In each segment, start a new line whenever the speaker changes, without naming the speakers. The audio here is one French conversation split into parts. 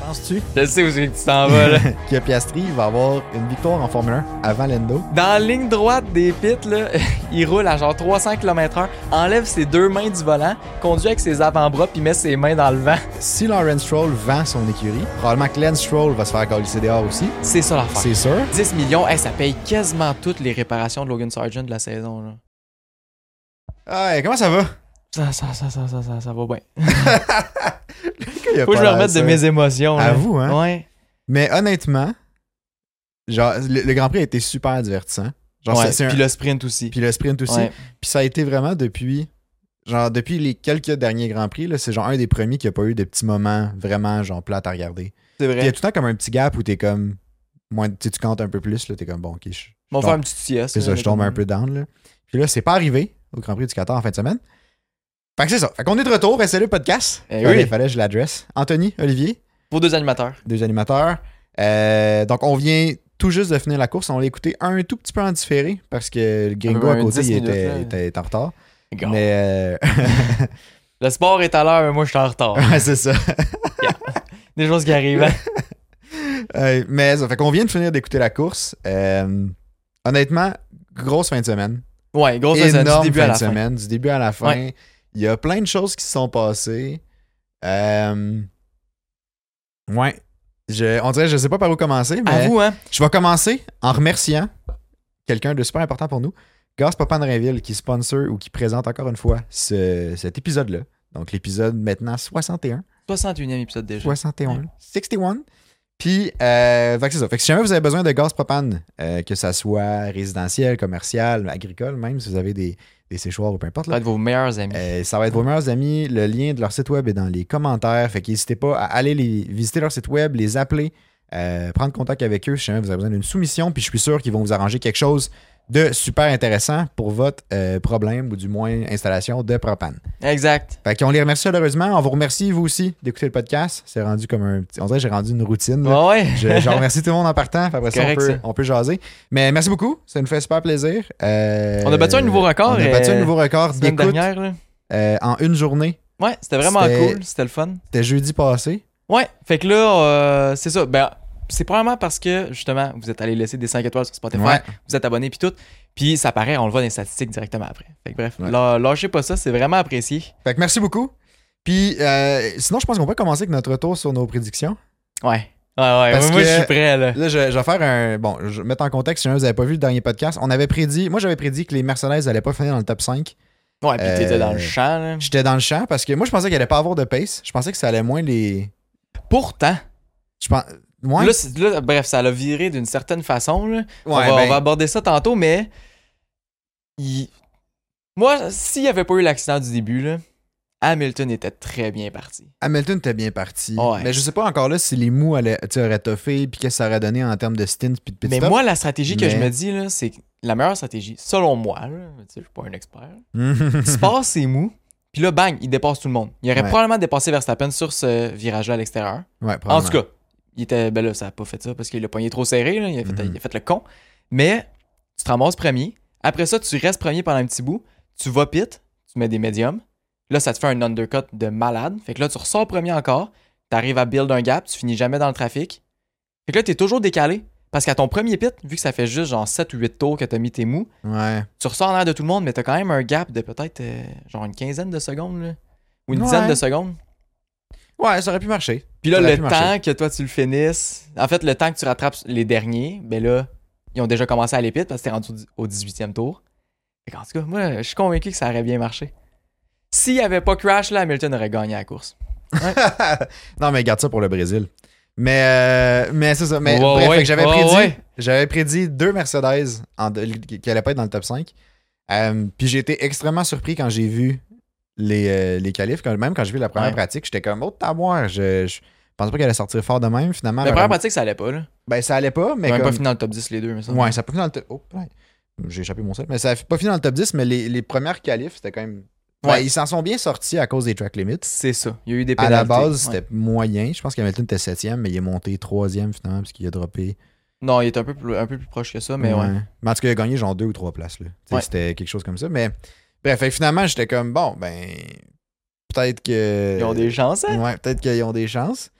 penses-tu?
Je sais où c'est que tu t'en vas, là.
que Piastri va avoir une victoire en Formule 1 avant Lando.
Dans la ligne droite des pits, là, il roule à genre 300 km/h, enlève ses deux mains du volant, conduit avec ses avant-bras, puis met ses mains dans le vent.
Si Lauren Stroll vend son écurie, probablement que Lance Stroll va se faire coller CDA aussi.
C'est ça l'affaire.
C'est sûr.
10 millions, hey, ça paye quasiment toutes les réparations de Logan Sargent de la saison. Là.
Hey, comment ça va?
Ça, ça, ça, ça, ça, ça, ça va bien.
Il a
Faut que
pas
je me
l'air
remette de
sûr.
mes émotions. là.
Avoue, hein?
Ouais.
Mais honnêtement, genre, le, le Grand Prix a été super divertissant. Genre,
Ouais,
c'est- c'est un-
Puis le sprint aussi.
puis le sprint aussi.
Ouais.
Puis ça a été vraiment depuis. Genre, depuis les quelques derniers Grands Prix, là, c'est genre un des premiers qui a pas eu de petits moments vraiment, genre, plates à regarder.
C'est
Puis Il y a
vrai.
tout le temps comme un petit gap où t'es comme. Moins, tu sais, tu comptes un peu plus, là, t'es comme bon, ok, je,
On va faire
je tombe-
une petite sieste.
c'est
là,
ça, je
mais
tombe
comme-
un peu down, là. Puis là, c'est pas arrivé au Grand Prix du Qatar en fin de semaine. Fait que c'est ça. Fait qu'on est de retour, c'est le podcast.
Eh
Il fallait,
oui.
fallait que je l'adresse. Anthony, Olivier,
Pour deux animateurs.
deux animateurs. Euh, donc, on vient tout juste de finir la course. On l'a écouté un tout petit peu en différé parce que le gringo
Un
à côté
10
il
minutes, hein. Ah.
était,
là.
était- était en retard.
Gars.
Mais
Le sport est à l'heure, mais moi, je suis en retard.
euh, ouais, c'est ça.
Des choses qui arrivent. hein.
Euh, mais ça fait qu'on vient de finir d'écouter la course. Euh, honnêtement, grosse fin de semaine.
Ouais, grosse semaine, du
Énorme
début
fin
à la
de
fin.
semaine, du début à la fin. Il y a plein de choses qui se sont passées. Euh, ouais. Je, on dirait, je sais pas par où commencer, mais.
À vous, hein?
Je vais commencer en remerciant quelqu'un de super important pour nous, Gaz Papa de Rainville, qui sponsor ou qui présente encore une fois ce- cet épisode-là. Donc, l'épisode maintenant 61.
61e épisode déjà.
61. 61. Puis, euh, fait que c'est ça. Fait que si jamais vous avez besoin de gaz propane, euh, que ça soit résidentiel, commercial, agricole, même si vous avez des, des séchoirs ou peu importe, là,
Ça va être vos meilleurs amis.
euh, ça va être vos meilleurs amis. Le lien de leur site web est dans les commentaires. Fait qu'hésitez pas à aller les, visiter leur site web, les appeler, euh, prendre contact avec eux si jamais vous avez besoin d'une soumission. Puis je suis sûr qu'ils vont vous arranger quelque chose de super intéressant pour votre euh, problème ou du moins installation de propane.
Exact.
Fait qu'on les remercie chaleureusement. On vous remercie vous aussi d'écouter le podcast. C'est rendu comme un petit. On dirait que j'ai rendu une routine. là.
Ouais, ouais.
Je, je remercie tout le monde en partant. Puis après ça,
Oh. Correct,
on peut,
ça.
on peut jaser. Mais merci beaucoup. Ça nous fait super plaisir. Euh,
On a battu un nouveau record,
On a battu un
euh,
nouveau record
semaine
d'écoute
dernière, là.
euh, en une journée.
Ouais, c'était vraiment
C'était-
cool, c'était le fun.
C'était jeudi passé.
Ouais, fait que là, euh, c'est ça. Ben, c'est probablement parce que, justement, vous êtes allé laisser des 5 étoiles sur Spotify,
Ouais.
vous êtes abonné, puis tout. Puis ça paraît, on le voit dans les statistiques directement après. Fait que bref,
Ouais.
là, lâchez pas ça, c'est vraiment apprécié.
Fait que merci beaucoup. Puis euh, sinon, je pense qu'on peut commencer avec notre retour sur nos prédictions.
Ouais. Ouais, ouais,
Parce
moi,
que-
je suis prêt, là.
Là, je, je vais faire un. Bon, je vais mettre en contexte si jamais vous n'avez pas vu le dernier podcast. On avait prédit. Moi, j'avais prédit que les Mercedes n'allaient pas finir dans le top 5.
Ouais, puis t'étais
Euh,
dans le champ, là.
J'étais dans le champ parce que moi, je pensais qu'il n'allait pas avoir de pace. Je pensais que ça allait moins les.
Pourtant,
Je pense. Moins.
là, c'est- là, bref, ça l'a viré d'une certaine façon, là.
Ouais,
on, va, on
ben,
va aborder ça tantôt, mais. il- Moi, s'il n'y avait pas eu l'accident du début, là, Hamilton était très bien parti.
Hamilton était bien parti.
Ouais.
Mais je sais pas encore là si les mous allaient, tu sais, auraient toffé puis qu'est-ce que ça aurait donné en termes de stints puis de pit
mais
stop.
moi, la stratégie que je
mais-
me dis, là, c'est que la meilleure stratégie, selon moi, là, tu sais, je suis pas un expert. Il se passe ses mous, puis là, bang, il dépasse tout le monde. Il aurait
Ouais.
probablement dépassé Verstappen sur ce virage-là à l'extérieur.
Ouais,
En
probablement.
tout cas, il était. Ben là, ça a pas fait ça parce qu'il a poigné trop serré, là, il, a fait,
Mhm.
il a fait le con. Mais tu te ramasses premier. Après ça, tu restes premier pendant un petit bout. Tu vas pit, tu mets des médiums. Là, ça te fait un undercut de malade. Fait que là, tu ressors premier encore. Tu arrives à build un gap, tu finis jamais dans le trafic. Fait que là, tu es toujours décalé. Parce qu'à ton premier pit, vu que ça fait juste genre 7 ou 8 tours que tu as mis tes mous,
Ouais.
tu ressors en l'air de tout le monde, mais tu as quand même un gap de peut-être euh, genre une quinzaine de secondes. là. ou une
Ouais.
dizaine de secondes.
Ouais, ça aurait pu marcher.
Puis là,
Ça aurait
le
pu
temps
marcher.
que toi, tu le finisses, en fait, le temps que tu rattrapes les derniers, ben là, ils ont déjà commencé à l'épite parce que t'es rendu au 18e tour. Fait qu'en tout cas, moi, je suis convaincu que ça aurait bien marché. S'il n'y avait pas crash, là, Hamilton aurait gagné la course.
Ah, non, mais garde ça pour le Brésil. Mais, euh, mais c'est ça. Mais
Ouais,
bref,
ouais,
fait que j'avais
ouais,
prédit,
ouais.
j'avais prédit deux Mercedes en de- qui n'allaient pas être dans le top 5. Euh, puis j'ai été extrêmement surpris quand j'ai vu les, euh, les qualifs. Quand, même quand j'ai vu la première
Ouais.
pratique, j'étais comme, oh, t'as moi. Je, je pensais pas qu'elle allait sortir fort de même. Finalement,
La
elle a
première
remonté-
pratique, ça allait pas, là.
ben, ça allait pas, mais.
Ils ont même pas
comme-
fini dans le top 10, les deux, mais ça.
Ouais, ça a pas fini dans le top. Oh, ouais. J'ai échappé mon sel. Mais ça a pas fini dans le top 10, mais les, les premières qualifs, c'était quand même. Ben,
Ouais.
ils s'en sont bien sortis à cause des track limits.
C'est ça. Il y a eu des
À
pénalités.
la base,
Ouais.
c'était moyen. Je pense qu'Hamilton était septième, mais il est monté troisième finalement parce qu'il a droppé.
Non, il était un peu, plus, un peu plus proche que ça, Ah, mais ouais.
Mais en tout cas, il a gagné genre deux ou trois places. là. Tu sais,
Ouais.
C'était quelque chose comme ça. Mais bref, fait que finalement, j'étais comme bon, ben peut-être que.
Ils ont des chances, hein?
Ouais, peut-être qu'ils ont des chances.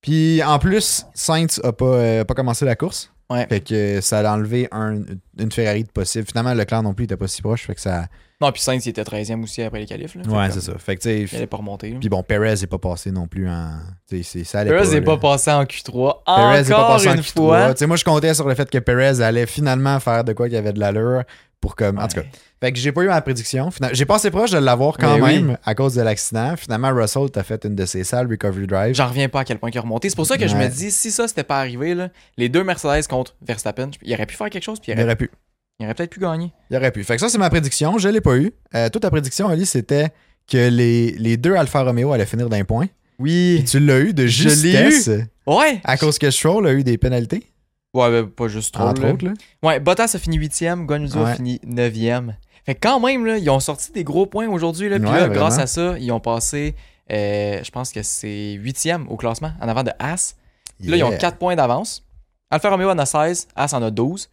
Puis en plus, Sainz a pas, euh, pas commencé la course.
Ouais.
Fait que ça a enlevé un- une Ferrari de possible. Finalement, Leclerc non plus n'était pas si proche. Fait que ça.
Non, puis Sainz, il était 13e aussi après les qualifs. Là. Fait
Ouais,
que,
c'est ça. Fait que tu
Il
sais.
allait pas remonter. là.
Puis bon, Perez n'est pas passé non plus en. Tu sais, c'est- ça allait
Perez n'est
là.
pas passé en Q3.
Perez est pas
Encore
passé en
une
Q3.
fois.
Tu sais, moi, je comptais sur le fait que Perez allait finalement faire de quoi qu'il y avait de l'allure pour comme. En tout cas.
Ouais.
Fait que j'ai pas eu ma prédiction. Fina- J'ai passé proche de l'avoir quand
Mais oui.
même à cause de l'accident. Finalement, Russell t'a fait une de ses sales recovery drive.
J'en reviens pas à quel point il est remonté. C'est pour ça que je me
Ouais.
dis, si ça, c'était pas arrivé, là, les deux Mercedes contre Verstappen, il aurait pu faire quelque chose, puis il
Il
aurait,
aurait pu.
il aurait peut-être pu gagner.
Il aurait pu. Fait que ça, c'est ma prédiction. Je l'ai pas eu. Euh, toute ta prédiction, Ali, c'était que les, les deux Alfa Romeo allaient finir d'un point. Et
Oui.
tu l'as eu de
Je l'ai
justesse.
Ouais.
À cause que Stroll a eu des pénalités,
Ouais, ben, pas juste trop.
entre
là.
autres. là.
Ouais, Bottas a fini 8e, Gonzo a
Ouais.
fini 9e. Fait que quand même, là, ils ont sorti des gros points aujourd'hui. Là, puis
Ouais,
là,
vraiment.
grâce à ça, ils ont passé, euh, je pense que c'est 8e au classement, en avant de As. Puis Là, ils ont
Yeah.
4 points d'avance. Alfa Romeo en a 16, As en a 12.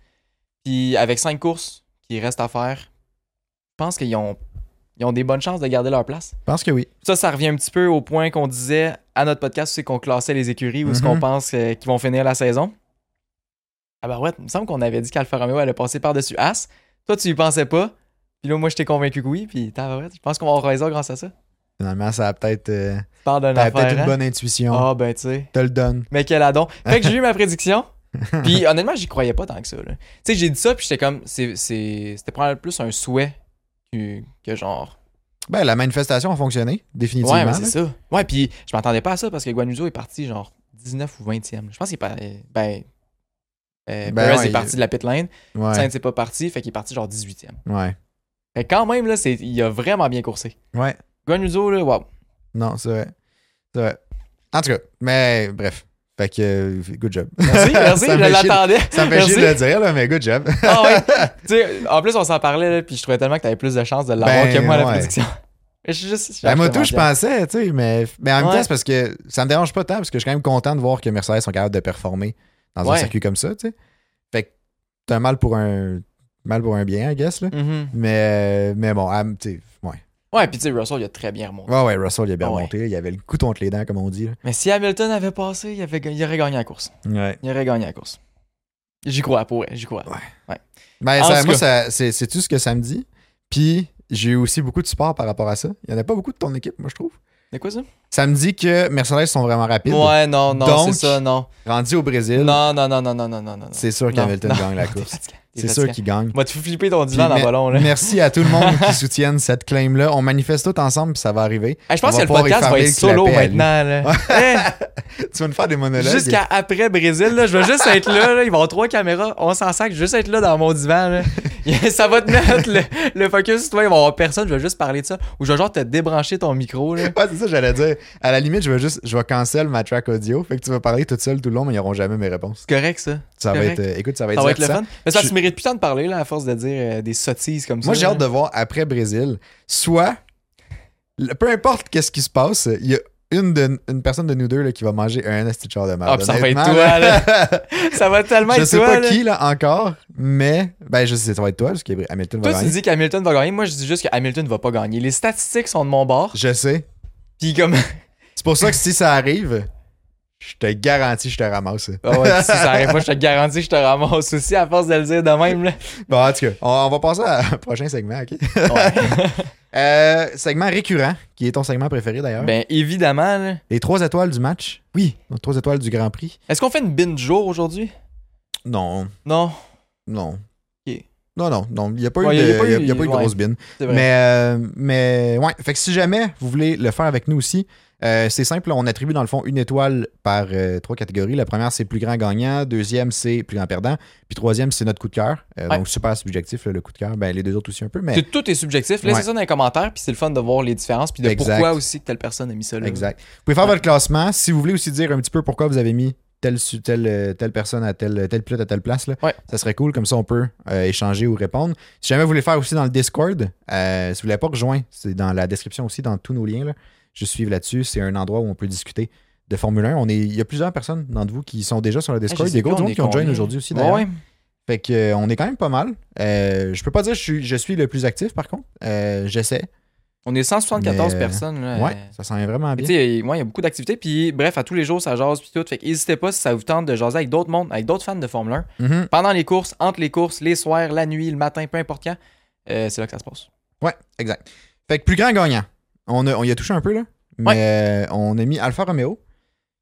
Puis avec 5 courses qui restent à faire, je pense qu'ils ont, ils ont des bonnes chances de garder leur place.
Je pense que oui.
Ça, ça revient un petit peu au point qu'on disait à notre podcast, c'est qu'on classait les écuries ou ce
Mhm.
qu'on pense euh, qu'ils vont finir la saison. Ah bah ouais, il me semble qu'on avait dit qu'Alfa Romeo allait passer par-dessus As. Toi, tu y pensais pas. Puis là, moi, je t'ai convaincu que oui. Puis tabarouette, je pense qu'on va avoir raison grâce à ça. Tu
Finalement, ça a peut-être euh,
parles d'un
t'avais peut-être
affaire,
une
hein?
bonne intuition.
Ah ben tu sais.
Te le donne.
Mais quel adon. Fait que j'ai eu ma prédiction. Puis honnêtement, j'y croyais pas tant que ça. là. Tu sais, j'ai dit ça, puis j'étais comme, c'est- c'est- c'était probablement plus un souhait que, que genre.
Ben, la manifestation a fonctionné, définitivement.
Ouais, mais c'est
là.
ça. Ouais, puis je m'attendais pas à ça parce que Guanuzo est parti genre 19 ou 20e. Je pense qu'il est pas. Ben. euh,
Ben
Perez
ouais,
est parti de la pit lane.
ouais,
Sainz n'est pas parti, fait qu'il est parti genre 18e.
ouais.
Fait que quand même, là, c'est- il a vraiment bien coursé.
Ouais.
Guanuzo, là, waouh.
Non, c'est vrai. C'est vrai. En tout cas, mais bref. Fait que, euh, good job.
Merci, merci, je
Ça me fait chier-
l'attendais.
Ça me fait
Merci.
chier de le dire, là, mais good job.
Ah ouais. Tu sais, en plus, on s'en parlait, là, puis je trouvais tellement que t'avais plus de chances de l'avoir
Ben,
que moi, la
ouais.
prédiction. Mais je suis juste. je suis
La moto, je
vraiment
pensais, tu sais, mais, mais en même
Ouais.
temps, c'est parce que ça me dérange pas tant, parce que je suis quand même content de voir que Mercedes sont capables de performer dans un
Ouais.
circuit comme ça, tu sais. Fait que c'est un mal pour un, mal pour un bien, I guess, là.
fier. Mhm.
Mais, mais bon, ah, tu sais, ouais.
Ouais, puis tu sais, Russell, il a très bien remonté.
Ouais, ouais, Russell, il a bien
Ah ouais.
monté. Il avait le couteau entre les dents, comme on dit. là.
Mais si Hamilton avait passé, il, avait, il aurait gagné la course. Il aurait gagné la course. J'y crois, pour vrai, j'y crois.
Ben,
En
ça-
tout
moi,
cas.
ça- c'est c'est tout ce que ça me dit. Puis, j'ai eu aussi beaucoup de support par rapport à ça. Il n'y en a pas beaucoup de ton équipe, moi, je trouve.
C'est quoi ça?
Ça me dit que Mercedes sont vraiment rapides.
Ouais, non, non,
Donc-
c'est ça, non.
Rendus au Brésil,
Non, non, non, non, non, non, non, non.
c'est sûr
Non,
qu'Hamilton
non,
gagne la
non, t'es
course.
fatiguant, t'es
C'est sûr
fatiguant.
qu'il gagne.
Moi, tu flipper ton divan dans
Puis,
le ballon, là.
Merci à tout le monde qui soutiennent cette claim-là. On manifeste tout ensemble, puis ça va arriver.
Hey, je
on
pense
va
que le
pouvoir
podcast va
effacer
être
le
solo
clapet à lui.
maintenant, là. Hein? Hey,
Tu vas nous faire des monologues.
Jusqu'à après Brésil, là. Je vais juste être là, là. Ils vont avoir trois caméras. On s'en sac, je vais juste être là dans mon divan, là. ça va te mettre le, le focus, toi. Il va y avoir personne. Je vais juste parler de ça. Ou je vais genre te débrancher ton micro, là.
Ouais, c'est ça, j'allais dire. À la limite, je vais juste, je vais cancel ma track audio. Fait que tu vas parler toute seule tout le long, mais ils n'auront jamais mes réponses.
C'est correct, ça.
Ça va
Correct.
être, euh, écoute, ça va être
Ça va être le
divertissant.
fun. Mais ça,
Je-
tu mérites plus tant de parler, là, à force de dire euh, des sottises comme ça.
Moi, j'ai
là.
hâte de voir après Brésil, soit, le- peu importe qu'est-ce qui se passe, il y a une, de- une personne de nous deux là, qui va manger un asti de char de merde.
Ah, puis ça va être
Honnêtement,
toi, Ça va tellement
je
être
sais
toi,
pas
là.
qui, là, encore, mais, ben, je sais, ça va être toi, parce que Hamilton va
Toi, tu
gagner.
dis qu'Hamilton va gagner. Moi, je dis juste que Hamilton va pas gagner. Les statistiques sont de mon bord.
Je sais.
Puis comme.
C'est pour ça que si ça arrive, je te garantis, je te ramasse.
Ah ouais, si ça arrive pas, je te garantis que je te ramasse aussi à force de le dire de même. Là.
Bon, en tout cas, on, on va passer à- au prochain segment, OK?
Ouais.
Euh, segment récurrent, qui est ton segment préféré, d'ailleurs.
ben évidemment. là.
Les trois étoiles du match.
Oui.
Les trois étoiles du Grand Prix.
Est-ce qu'on fait une binge jour aujourd'hui?
Non,
Non.
Non.
Ok.
Non, non, non. Il n'y a pas eu
Ouais, y a- y a pas
de, y a-
eu-
y a pas eu de
ouais.
grosse bine.
C'est vrai.
Mais, euh, mais ouais. Fait que si jamais vous voulez le faire avec nous aussi, euh, c'est simple. On attribue dans le fond une étoile par euh, trois catégories. La première, c'est plus grand gagnant. Deuxième, c'est plus grand perdant. Puis troisième, c'est notre coup de cœur. Euh,
Ouais.
Donc super subjectif, là, le coup de cœur. Ben, les deux autres aussi un peu, mais.
Tout, tout est subjectif. Laissez
Ouais.
ça dans les commentaires, puis c'est le fun de voir les différences, puis de
Exact.
pourquoi aussi que telle personne a mis ça là.
Exact. Vous pouvez faire
Ouais.
votre classement. Si vous voulez aussi dire un petit peu pourquoi vous avez mis telle, su- telle, euh, telle personne à telle, telle pilote à telle place, là,
Ouais.
ça serait cool. Comme ça, on peut euh, échanger ou répondre. Si jamais vous voulez faire aussi dans le Discord, euh, si vous ne voulez pas rejoindre, c'est dans la description aussi, dans tous nos liens. Là. Je suis là-dessus. C'est un endroit où on peut discuter de Formule 1. On est, il y a plusieurs personnes d'entre vous qui sont déjà sur le
Ah,
Discord.
je sais
Des gros
plus, on
gens
est
qui ont joint
combien?
aujourd'hui aussi,
Ouais,
d'ailleurs.
ouais.
Fait que, euh, on est quand même pas mal. Euh, je peux pas dire que je suis, je suis le plus actif, par contre. Euh, J'essaie.
On est 174
Mais-
personnes. Là,
Ouais,
Euh,
ça sent vraiment
mais
bien.
tu sais, il ouais, il y a beaucoup d'activités. Puis bref, à tous les jours, ça jase. Puis tout. Fait que n'hésitez pas si ça vous tente de jaser avec d'autres mondes, avec d'autres fans de Formule 1.
Mhm.
Pendant les courses, entre les courses, les soirs, la nuit, le matin, peu importe quand. euh, c'est là que ça se passe.
Ouais, exact. Fait que plus grand gagnant. On, a- on y a touché un peu, là. Mais euh, on a mis Alfa Romeo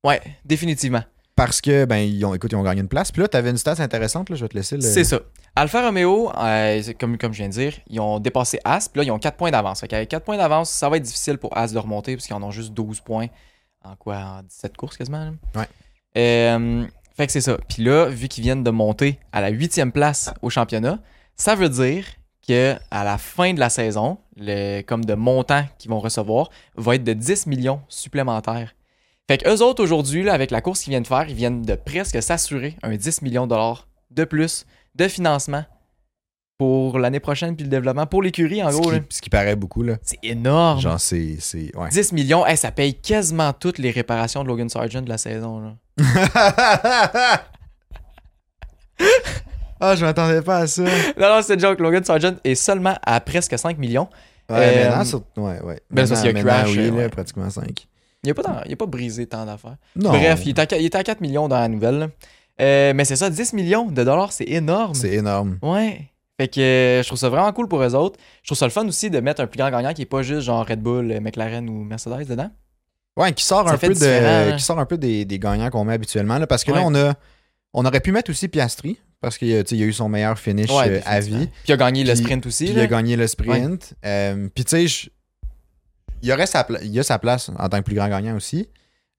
Ouais, définitivement.
parce que, ben, ils ont, écoute, ils ont gagné une place. Puis là, t'avais une stats intéressante, là. Je vais te laisser le.
C'est ça. Alfa Romeo, euh, c'est comme, comme je viens de dire, ils ont dépassé As, puis là, ils ont 4 points d'avance. Fait qu'avec 4 points d'avance, ça va être difficile pour As de remonter, parce qu'ils en ont juste 12 points en quoi En 17 courses quasiment. là.
Ouais.
Euh, fait que c'est ça. Puis là, vu qu'ils viennent de monter à la 8 place au championnat, ça veut dire que à la fin de la saison, le, comme de montant qu'ils vont recevoir va être de 10 millions supplémentaires. Fait que eux autres aujourd'hui, là, avec la course qu'ils viennent de faire, ils viennent de presque s'assurer un 10 millions de dollars de plus de financement pour l'année prochaine puis le développement pour l'écurie en
ce,
gros. là.
qui, ce qui paraît beaucoup, là.
C'est énorme.
Genre, c'est. c'est- Ouais.
10 millions, hey, ça paye quasiment toutes les réparations de Logan Sargent de la saison. là.
ah, je m'attendais pas à ça. Ouais,
Non, non, c'est une joke. Logan Sargent est seulement à presque 5 millions. Euh,
maintenant, sur- Ouais, ouais.
ben, ça, c'est
Maintenant-
le crash,
maintenant, oui,
euh,
là,
ouais.
pratiquement 5.
Il n'a pas, tant- il a pas brisé tant d'affaires.
Non.
Bref, il est, à, qu- il est à 4 millions dans la nouvelle. là. Euh, mais c'est ça, 10 millions de dollars, c'est énorme.
C'est énorme.
Ouais. Fait que euh, je trouve ça vraiment cool pour eux autres. Je trouve ça le fun aussi de mettre un plus grand gagnant qui est pas juste genre Red Bull, euh, McLaren ou Mercedes dedans.
Ouais, qui sort,
Ça
un
fait
peu,
différent,
de,
hein.
qui sort un peu des, des gagnants qu'on met habituellement. Là, parce que là,
Ouais.
on, a, on aurait pu mettre aussi Piastri, parce qu'il a tu sais, il a eu son meilleur finish
Ouais,
euh, à
définitivement.
vie.
Puis il a gagné le
Puis-
sprint aussi.
Puis il
là.
a gagné le sprint. Euh, puis tu sais, je- il, aurait sa pla- il a sa place en tant que plus grand gagnant aussi.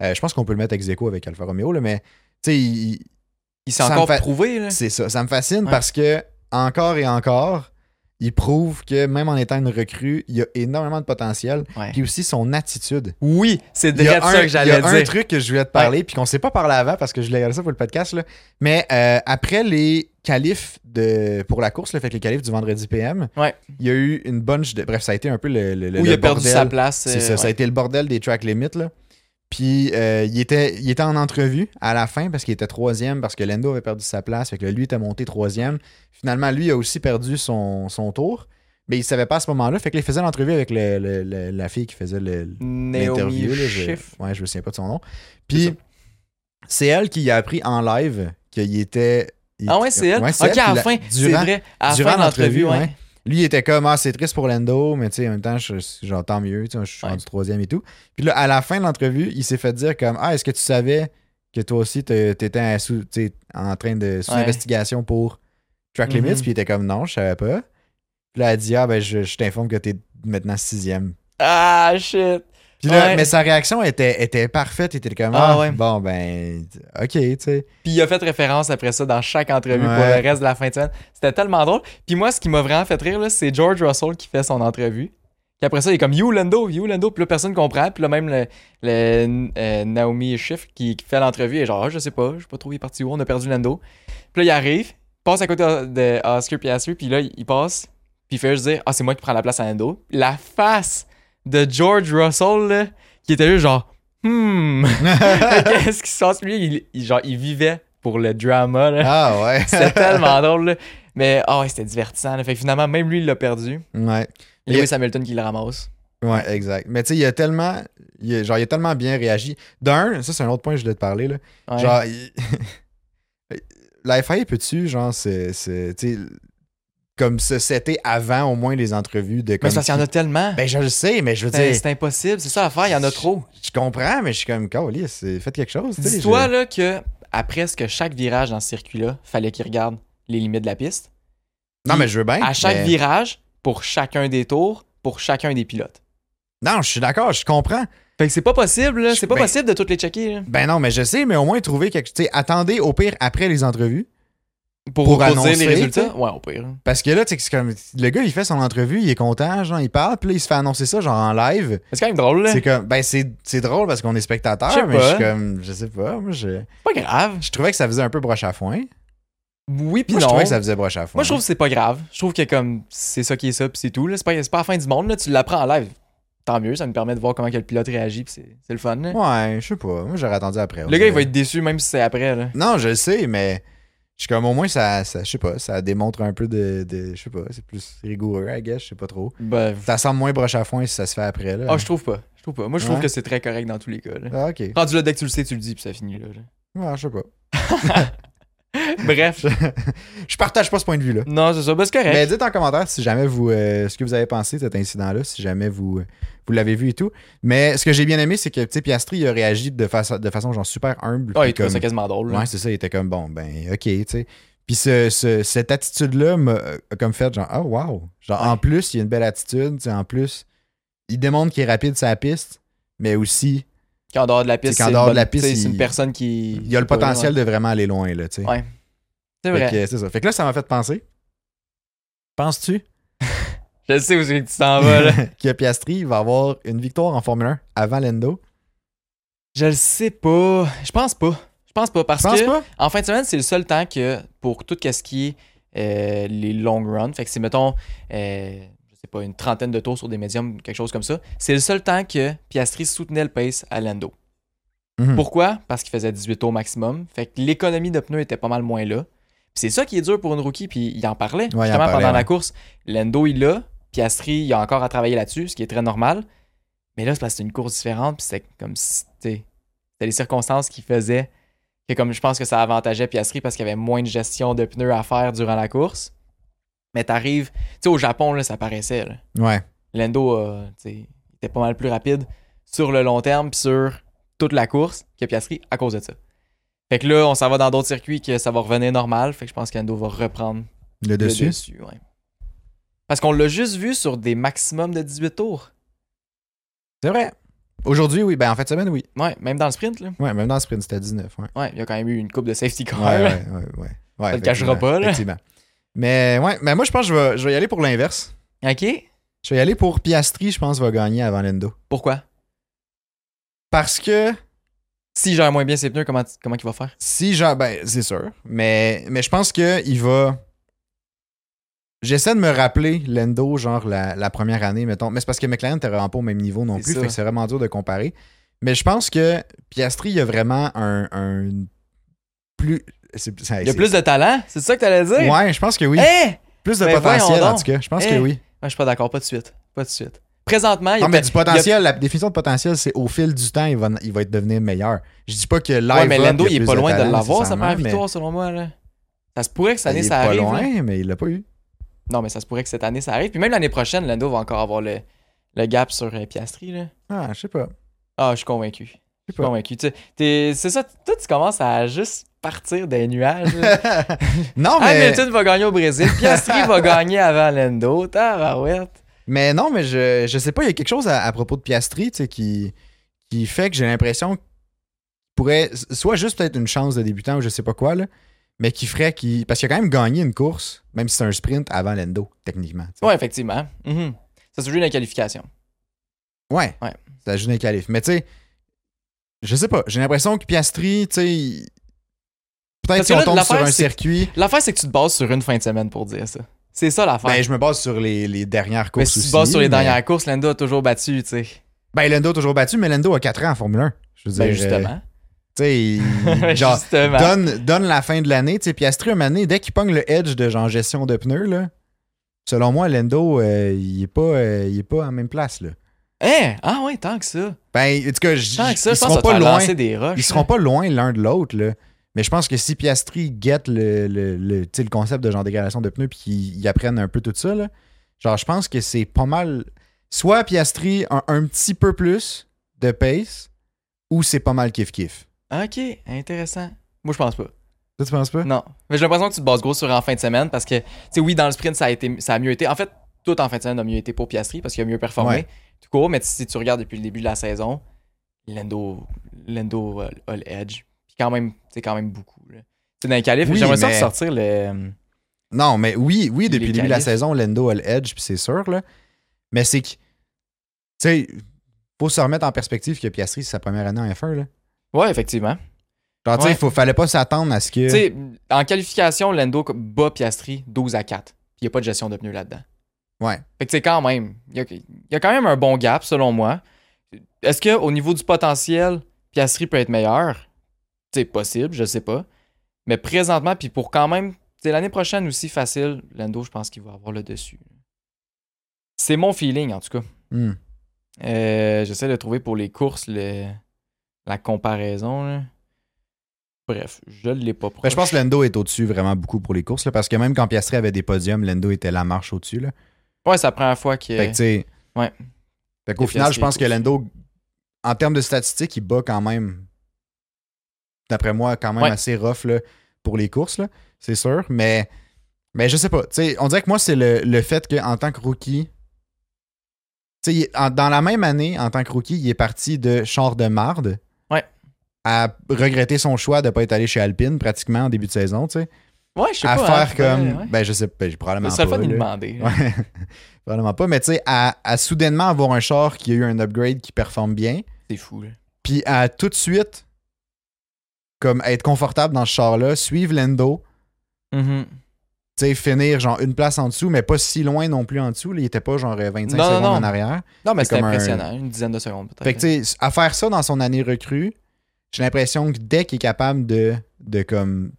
Euh, je pense qu'on peut le mettre ex aequo avec Alfa Romeo, là, mais tu sais, il-
Il s'est
ça me
encore
fait-
prouvé. Là.
c'est ça. Ça me fascine
Ouais.
parce que, encore et encore, il prouve que même en étant une recrue, il y a énormément de potentiel.
Ouais.
Puis aussi son attitude.
Oui, c'est
Il y
direct
a,
ça
un,
que
il y
j'allais
a un
dire.
truc que je voulais te parler, puis qu'on s'est pas parlé avant parce que je voulais garder ça pour le podcast. là. Mais euh, après les qualifs de, pour la course, le fait que les qualifs du vendredi PM,
Ouais.
il y a eu une bunch de. Bref, ça a été un peu le. le, le-
Où
le
il a perdu
bordel.
sa place.
C'est
euh,
ça, ça a
ouais.
été le bordel des track limits. Là. Puis euh, il, était, il était en entrevue à la fin parce qu'il était troisième, parce que Lendo avait perdu sa place, fait que là, lui était monté troisième. Finalement, lui a aussi perdu son, son tour, mais il savait pas à ce moment-là. Fait que là, il faisait l'entrevue avec le- le- le- la fille qui faisait le-
Naomi
l'interview. là, je,
Schiff.
ouais, je me souviens pas de son nom.
C'est
Puis
ça.
c'est elle qui a appris en live qu'il était. il-
Ah ouais, c'est elle. ok,
qui
à la
l'a-
fin, c'est
durant-
vrai. À la
durant
fin de l'entrevue,
l'entrevue,
ouais.
lui, il était comme, ah, c'est triste pour Lando, mais tu sais, en même temps, je, genre, tant mieux, tu sais, je suis
Ouais.
rendu troisième et tout. Puis là, à la fin de l'entrevue, il s'est fait dire comme, ah, est-ce que tu savais que toi aussi, te- t'étais en sous- tu sais, en train de sous
Ouais.
investigation pour Track Limits?
Mhm.
Puis il était comme, non, je savais pas. Puis là, elle a dit, ah, ben, je, je t'informe que t'es maintenant sixième.
Ah, shit.
Puis là,
Ouais.
mais sa réaction était, était parfaite, il était comme,
Ah
ah,
ouais.
bon, ben, ok, tu sais.
Puis il a fait référence après ça dans chaque entrevue pour
Ouais.
le reste de la fin de semaine. C'était tellement drôle. Puis moi, ce qui m'a vraiment fait rire, là, c'est George Russell qui fait son entrevue. Puis après ça, il est comme You Lando, You Lando. Puis là, personne comprend. Puis là, même le, le, euh, Naomi Schiff qui, qui fait l'entrevue est genre, Ah, je sais pas, je sais pas trop, il est parti où, on a perdu Lando. Puis là, il arrive, passe à côté de Oscar Piastri. Puis là, il passe. Puis il fait juste dire, ah, c'est moi qui prends la place à Lando. La face de George Russell, là, qui était juste genre, hmm. Qu'est-ce qui se passe? Lui, il, il- genre, il vivait pour le drama. là.
ah, ouais.
C'était tellement drôle. là. Mais ah ouais, c'était divertissant. là. Fait que finalement, même lui, il l'a perdu.
ouais.
Il y
Il-
a Lewis Hamilton qui le ramasse.
Ouais, exact. Mais tu sais, il a tellement. il a- genre, il a tellement bien réagi. D'un, ça, c'est un autre point que je voulais te parler, là.
Ouais.
Genre, il- la FIA, peux-tu, genre, c'est. c'est- tu sais, comme se setter avant au moins les entrevues de.
mais
comme
c'est parce qu'il y en a
qui-
tellement.
Ben, je le sais, mais je veux
c'est
dire.
c'est impossible. C'est ça à faire. Il y en a trop.
Je comprends, mais je suis comme, Carolis, faites quelque chose, tu sais.
Dis-toi
je-
là que à presque chaque virage dans ce circuit-là, fallait qu'il regarde les limites de la piste.
Non, mais je veux bien.
À chaque
mais-
virage, pour chacun des tours, pour chacun des pilotes.
Non, je suis d'accord, je comprends.
Fait que c'est pas possible. là. C'est pas
Ben-
possible de toutes les checker. là.
Ben non, mais je sais, mais au moins trouver quelque chose. Tu sais, attendez au pire après les entrevues.
Pour,
Pour
pour dire
annoncer,
les résultats.
t'sais.
Ouais, au pire.
Parce que là, tu sais, c'est comme. Le gars, il fait son entrevue, il est content, genre, il parle, puis là, il se fait annoncer ça, genre, en live.
C'est quand même drôle. là.
C'est comme. Ben, c'est c'est drôle parce qu'on est spectateur,
Je sais
mais je suis
pas.
comme. Je sais pas. Moi, je,
C'est pas grave.
je trouvais que ça faisait un peu broche à foin.
Oui, puis
Moi, je
non.
trouvais que ça faisait broche à foin.
Moi, je trouve que c'est pas grave. Je trouve que comme c'est ça qui est ça, puis c'est tout. là. C'est pas, c'est pas la fin du monde. Là. Tu l'apprends en live. Tant mieux, ça nous permet de voir comment que le pilote réagit, puis c'est, c'est le fun. là.
Ouais, je sais pas. Moi, j'aurais attendu après.
le gars, il va être déçu même si c'est après. là.
Non, je le sais, mais. Je suis comme, au moins, ça, ça je sais pas, ça démontre un peu de, de- je sais pas, c'est plus rigoureux, I guess, je sais pas trop.
Ben,
Ça semble moins broche à foin si ça se fait après, là.
ah, je trouve pas. Je trouve pas. Moi, je trouve
Ouais.
que c'est très correct dans tous les cas. là.
Ah, ok.
Rendu là, dès que tu le sais, tu le dis, puis ça finit là. là.
Ouais, je sais pas.
Bref,
Je partage pas ce point de vue-là.
non, c'est ça. Ben, c'est correct.
Mais dites en commentaire si jamais vous euh, ce que vous avez pensé de cet incident-là, si jamais vous, euh, vous l'avez vu et tout. Mais ce que j'ai bien aimé, c'est que tu sais, Piastri il a réagi de, façon de façon genre super humble.
Ah,
puis
il trouve
comme-
ça quasiment drôle. là.
Ouais, c'est ça, il était comme bon, ben ok, tu sais. Puis ce- ce- cette attitude-là m'a euh, comme fait genre Ah wow! Genre en plus, il a une belle attitude, tu sais, en plus, il démontre qu'il est rapide sur la piste, mais aussi
Quand en dehors de la piste,
C'est qu'en
c'est une
dehors de
bonne-
la piste,
tu sais, c'est
il-
une personne qui.
il a le
qui est pas
potentiel
là,
de vraiment aller loin, là, tu sais.
Ouais, ouais. C'est
Fait
vrai.
que, euh, c'est ça. Fait que là, ça m'a fait penser. Penses-tu?
Je sais où c'est que tu t'en vas, là.
que Piastri va avoir une victoire en Formule 1 avant Lando.
Je le sais pas. Je pense pas. Je pense pas parce
Je pense
que
pas.
en fin de semaine, c'est le seul temps que pour tout ce qui est euh, les long runs, fait que c'est mettons euh, je sais pas une trentaine de tours sur des médiums, quelque chose comme ça. C'est le seul temps que Piastri soutenait le pace à Lando.
Mhm.
Pourquoi Parce qu'il faisait 18 tours maximum, fait que l'économie de pneus était pas mal moins là. Puis c'est ça qui est dur pour une rookie, puis il en parlait
il en
justement
parlait,
pendant la
ouais.
course. Lando il l'a, Piastri il a encore à travailler là-dessus, ce qui est très normal. Mais là, c'est parce que c'était une course différente, puis c'était comme si, tu sais, c'était les circonstances qui faisaient que comme je pense que ça avantageait Piastri parce qu'il y avait moins de gestion de pneus à faire durant la course. Mais t'arrives, tu sais, au Japon, là, ça paraissait. Là.
Ouais.
Lando euh, tu sais, était pas mal plus rapide sur le long terme puis sur toute la course que Piastri à cause de ça. Fait que là, on s'en va dans d'autres circuits que ça va revenir normal. Fait que je pense que Lando va reprendre
Le dessus.
le dessus. ouais. Parce qu'on l'a juste vu sur des maximums de 18 tours.
C'est vrai. Aujourd'hui, oui. Ben, en fin de semaine, oui.
Ouais, même dans le sprint, là.
Ouais, même dans le sprint, c'était 19. Ouais.
Ouais, il y a quand même eu une coupe de safety car.
Ouais,
là.
ouais, ouais. ouais. Ouais,
Ah Ça le cachera
effectivement,
pas, là.
Effectivement. Mais, ouais, mais moi, je pense que je vais, je vais y aller pour l'inverse.
OK?
Je vais y aller pour Piastri, je pense, va gagner avant Lando.
Pourquoi?
Parce que
S'il gère moins bien ses pneus, comment, comment il va faire?
Si genre, ben, c'est sûr. Mais, mais je pense que il va. J'essaie de me rappeler Lendo, genre la, la première année, mettons. Mais c'est parce que McLaren n'était vraiment pas au même niveau non
C'est
plus.
ça.
Fait que c'est vraiment dur de comparer. Mais je pense que Piastri, il y a vraiment un. un plus. c'est- Ben, c'est-
Il y a plus de talent? C'est ça que t'allais dire?
Ouais, je pense que oui.
Hein?
plus de
ben
potentiel,
voyons
en
donc.
tout cas. Je pense
Eh.
que oui.
Moi, je suis pas d'accord, pas de suite. Pas de suite. Présentement, il y a
Non, mais
peut-
du potentiel, la définition de potentiel, c'est au fil du temps, il va, il va être devenu meilleur. Je dis pas que live.
il y a- Ouais, mais
up,
Lando,
y a
il est
plus
pas loin de
talent,
l'avoir, sa première
nécessairement, mais
victoire, selon moi. là. Ça se pourrait que cette
Il
année,
est
ça
pas
arrive. hein. là.
loin, mais il l'a pas eu.
Non, mais ça se pourrait que cette année, ça arrive. Puis même l'année prochaine, Lando va encore avoir le, le gap sur euh, Piastri. Là.
Ah, je sais pas.
Ah, je suis convaincu. Je suis
pas.
convaincu. Tu- t'es- C'est ça, toi, tu commences à juste partir des nuages. là.
non, mais,
Hamilton va gagner au Brésil. Piastri va gagner avant Lando. Tabarouette.
mais non, mais je, je sais pas, il y a quelque chose à, à propos de Piastri tu sais, qui, qui fait que j'ai l'impression qu'il pourrait, soit juste peut-être une chance de débutant ou je sais pas quoi, là, mais qui ferait qu'il. Parce qu'il a quand même gagné une course, même si c'est un sprint avant Lendo, techniquement. tu sais.
Ouais, effectivement. Mhm. Ça se joue dans la qualification.
Ouais.
Ouais.
Ça joue dans les qualifs. Mais tu sais, je sais pas, j'ai l'impression que Piastri, tu sais, il- peut-être
Parce
si
que
on
là,
tombe sur
l'affaire,
un
c'est-
circuit,
L'affaire, c'est que tu te bases sur une fin de semaine pour dire ça. C'est ça l'affaire.
ben, je me base sur les, les dernières
mais
courses
si tu te
aussi,
bases sur les
mais-
dernières courses, Lando a toujours battu, tu sais.
Ben, Lando a toujours battu, mais Lando a 4 ans en Formule 1. Je veux
Ben,
dire, euh,
justement.
Tu sais, il- genre,
justement.
donne, donne la fin de l'année. Tu sais, Piastri, une année, dès qu'il pogne le edge de genre gestion de pneus, là, selon moi, Lendo, euh, il, est pas, euh, il est pas en même place. Là.
Hein? Ah ouais, tant que ça.
Ben, en tout cas, j-
Tant que ça,
ils
je pense
seront
que ça
pas
va
loin.
lancer des rushs.
Ils seront pas loin l'un de l'autre, là. Mais je pense que si Piastri guette le, le, le, tu sais, le concept de genre dégradation de pneus puis qu'ils ils apprennent un peu tout ça, là, genre je pense que c'est pas mal. Soit Piastri a un petit peu plus de pace, ou c'est pas mal kiff-kiff.
Ok, intéressant. Moi, je pense pas.
Toi, tu penses pas?
Non. Mais j'ai l'impression que tu te bases gros sur en fin de semaine parce que, tu sais, oui, dans le sprint, ça a, été, ça a mieux été. En fait, tout en fin de semaine a mieux été pour Piastri parce qu'il a mieux performé.
Ouais.
Tout court, mais si tu regardes depuis le début de la saison, Lando, Lando a- a le edge. Puis quand même, c'est quand même beaucoup. là. Tu sais, dans les qualifs,
Oui,
j'aimerais ça
mais-
ressortir le.
Non, mais oui, oui,
Les
depuis le début de la
qualifs.
saison, Lendo a le edge, puis c'est sûr, là. Mais c'est que, tu sais, faut se remettre en perspective que Piastri, c'est sa première année en F1, là.
Ouais, effectivement.
Genre, tu sais,
Ouais.
faut- fallait pas s'attendre à ce que.
Tu sais, en qualification, Lando bat Piastri 12 à 4. Puis il n'y a pas de gestion de pneus là-dedans.
Ouais.
Fait que c'est quand même, il y, a- il y a quand même un bon gap selon moi. Est-ce que au niveau du potentiel, Piastri peut être meilleur C'est possible, je sais pas. Mais présentement, puis pour quand même, c'est l'année prochaine aussi facile, Lando, je pense qu'il va avoir le dessus. C'est mon feeling, en tout cas.
Hmm.
Euh, J'essaie de trouver pour les courses le- la comparaison. là. Bref, je ne l'ai pas
Ben,
proche.
je pense que Lendo est au-dessus vraiment beaucoup pour les courses, là, parce que même quand Piastri avait des podiums, Lendo était la marche au-dessus. là.
Ouais, c'est la première fois que.
Fait que, tu sais,
Ouais.
Fait qu'au
Et
final,
Piastri
je pense
est
que
au-dessus.
Lendo, en termes de statistiques, il bat quand même, d'après moi, quand même
Ouais.
assez rough là, pour les courses, là, c'est sûr. Mais, mais je sais pas. Tu sais, on dirait que moi, c'est le, le fait qu'en tant que rookie, tu sais, il est- en- dans la même année, en tant que rookie, il est parti de char de marde
Ouais.
à regretter son choix de ne pas être allé chez Alpine pratiquement en début de saison, tu sais
Ouais, je sais
à
pas. hein,
faire
je-
comme.
ouais, ouais.
Ben, je sais pas, j'ai probablement
Ce serait le
pas.
fun hein. de lui
là.
demander. là.
Ouais, probablement pas. Mais tu sais, à, à soudainement avoir un char qui a eu un upgrade qui performe bien,
C'est fou. là.
puis à tout de suite, comme être confortable dans ce char-là, suivre Lendo,
Mhm.
tu sais, finir genre une place en dessous, mais pas si loin non plus en dessous. là, il était pas genre 25
Non, non,
secondes
non.
en arrière.
Non, mais
C'est
c'est
comme un-
impressionnant. Une dizaine de secondes, peut-être.
Fait que tu sais, à faire ça dans son année recrue, j'ai l'impression que dès qu'il est capable de, de comme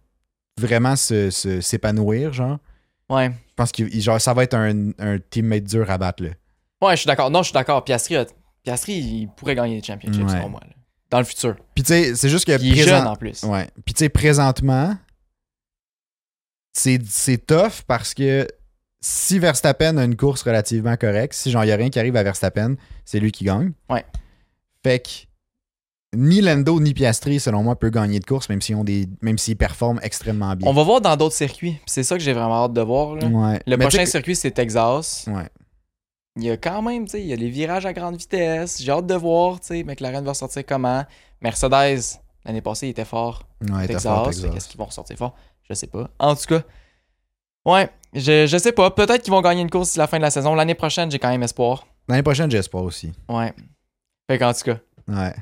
vraiment se- se- s'épanouir, genre.
ouais.
Je pense que genre, ça va être un, un teammate dur à battre. Là.
ouais, je suis d'accord. Non, je suis d'accord. Piastri, a- Piastri, il pourrait gagner les championships,
Ouais.
selon moi. là. Dans le futur.
Puis tu sais, c'est juste que
Il est
présent-
jeune en plus.
Ouais. Puis tu sais, présentement, c'est c'est tough parce que si Verstappen a une course relativement correcte, si genre il n'y a rien qui arrive à Verstappen, c'est lui qui gagne.
Ouais.
Fait que ni Lando ni Piastri, selon moi, peut gagner de course, même s'ils ont des. même s'ils performent extrêmement bien.
On va voir dans d'autres circuits. puis C'est ça que j'ai vraiment hâte de voir. là.
Ouais.
Le
Mais
prochain
tu sais
circuit, c'est Texas.
que- Ouais.
Il y a quand même, tu sais, il y a les virages à grande vitesse. J'ai hâte de voir, tu sais, McLaren va sortir comment. Mercedes, l'année passée, il était fort.
Ouais, t'as
Texas,
fort,
fait
Texas.
qu'est-ce qu'ils vont ressortir fort? Je sais pas. En tout cas, ouais, je, je sais pas. Peut-être qu'ils vont gagner une course d'ici la fin de la saison. L'année prochaine, j'ai quand même espoir.
L'année prochaine, j'espère aussi.
Ouais. Fait qu'en tout cas,
Ouais.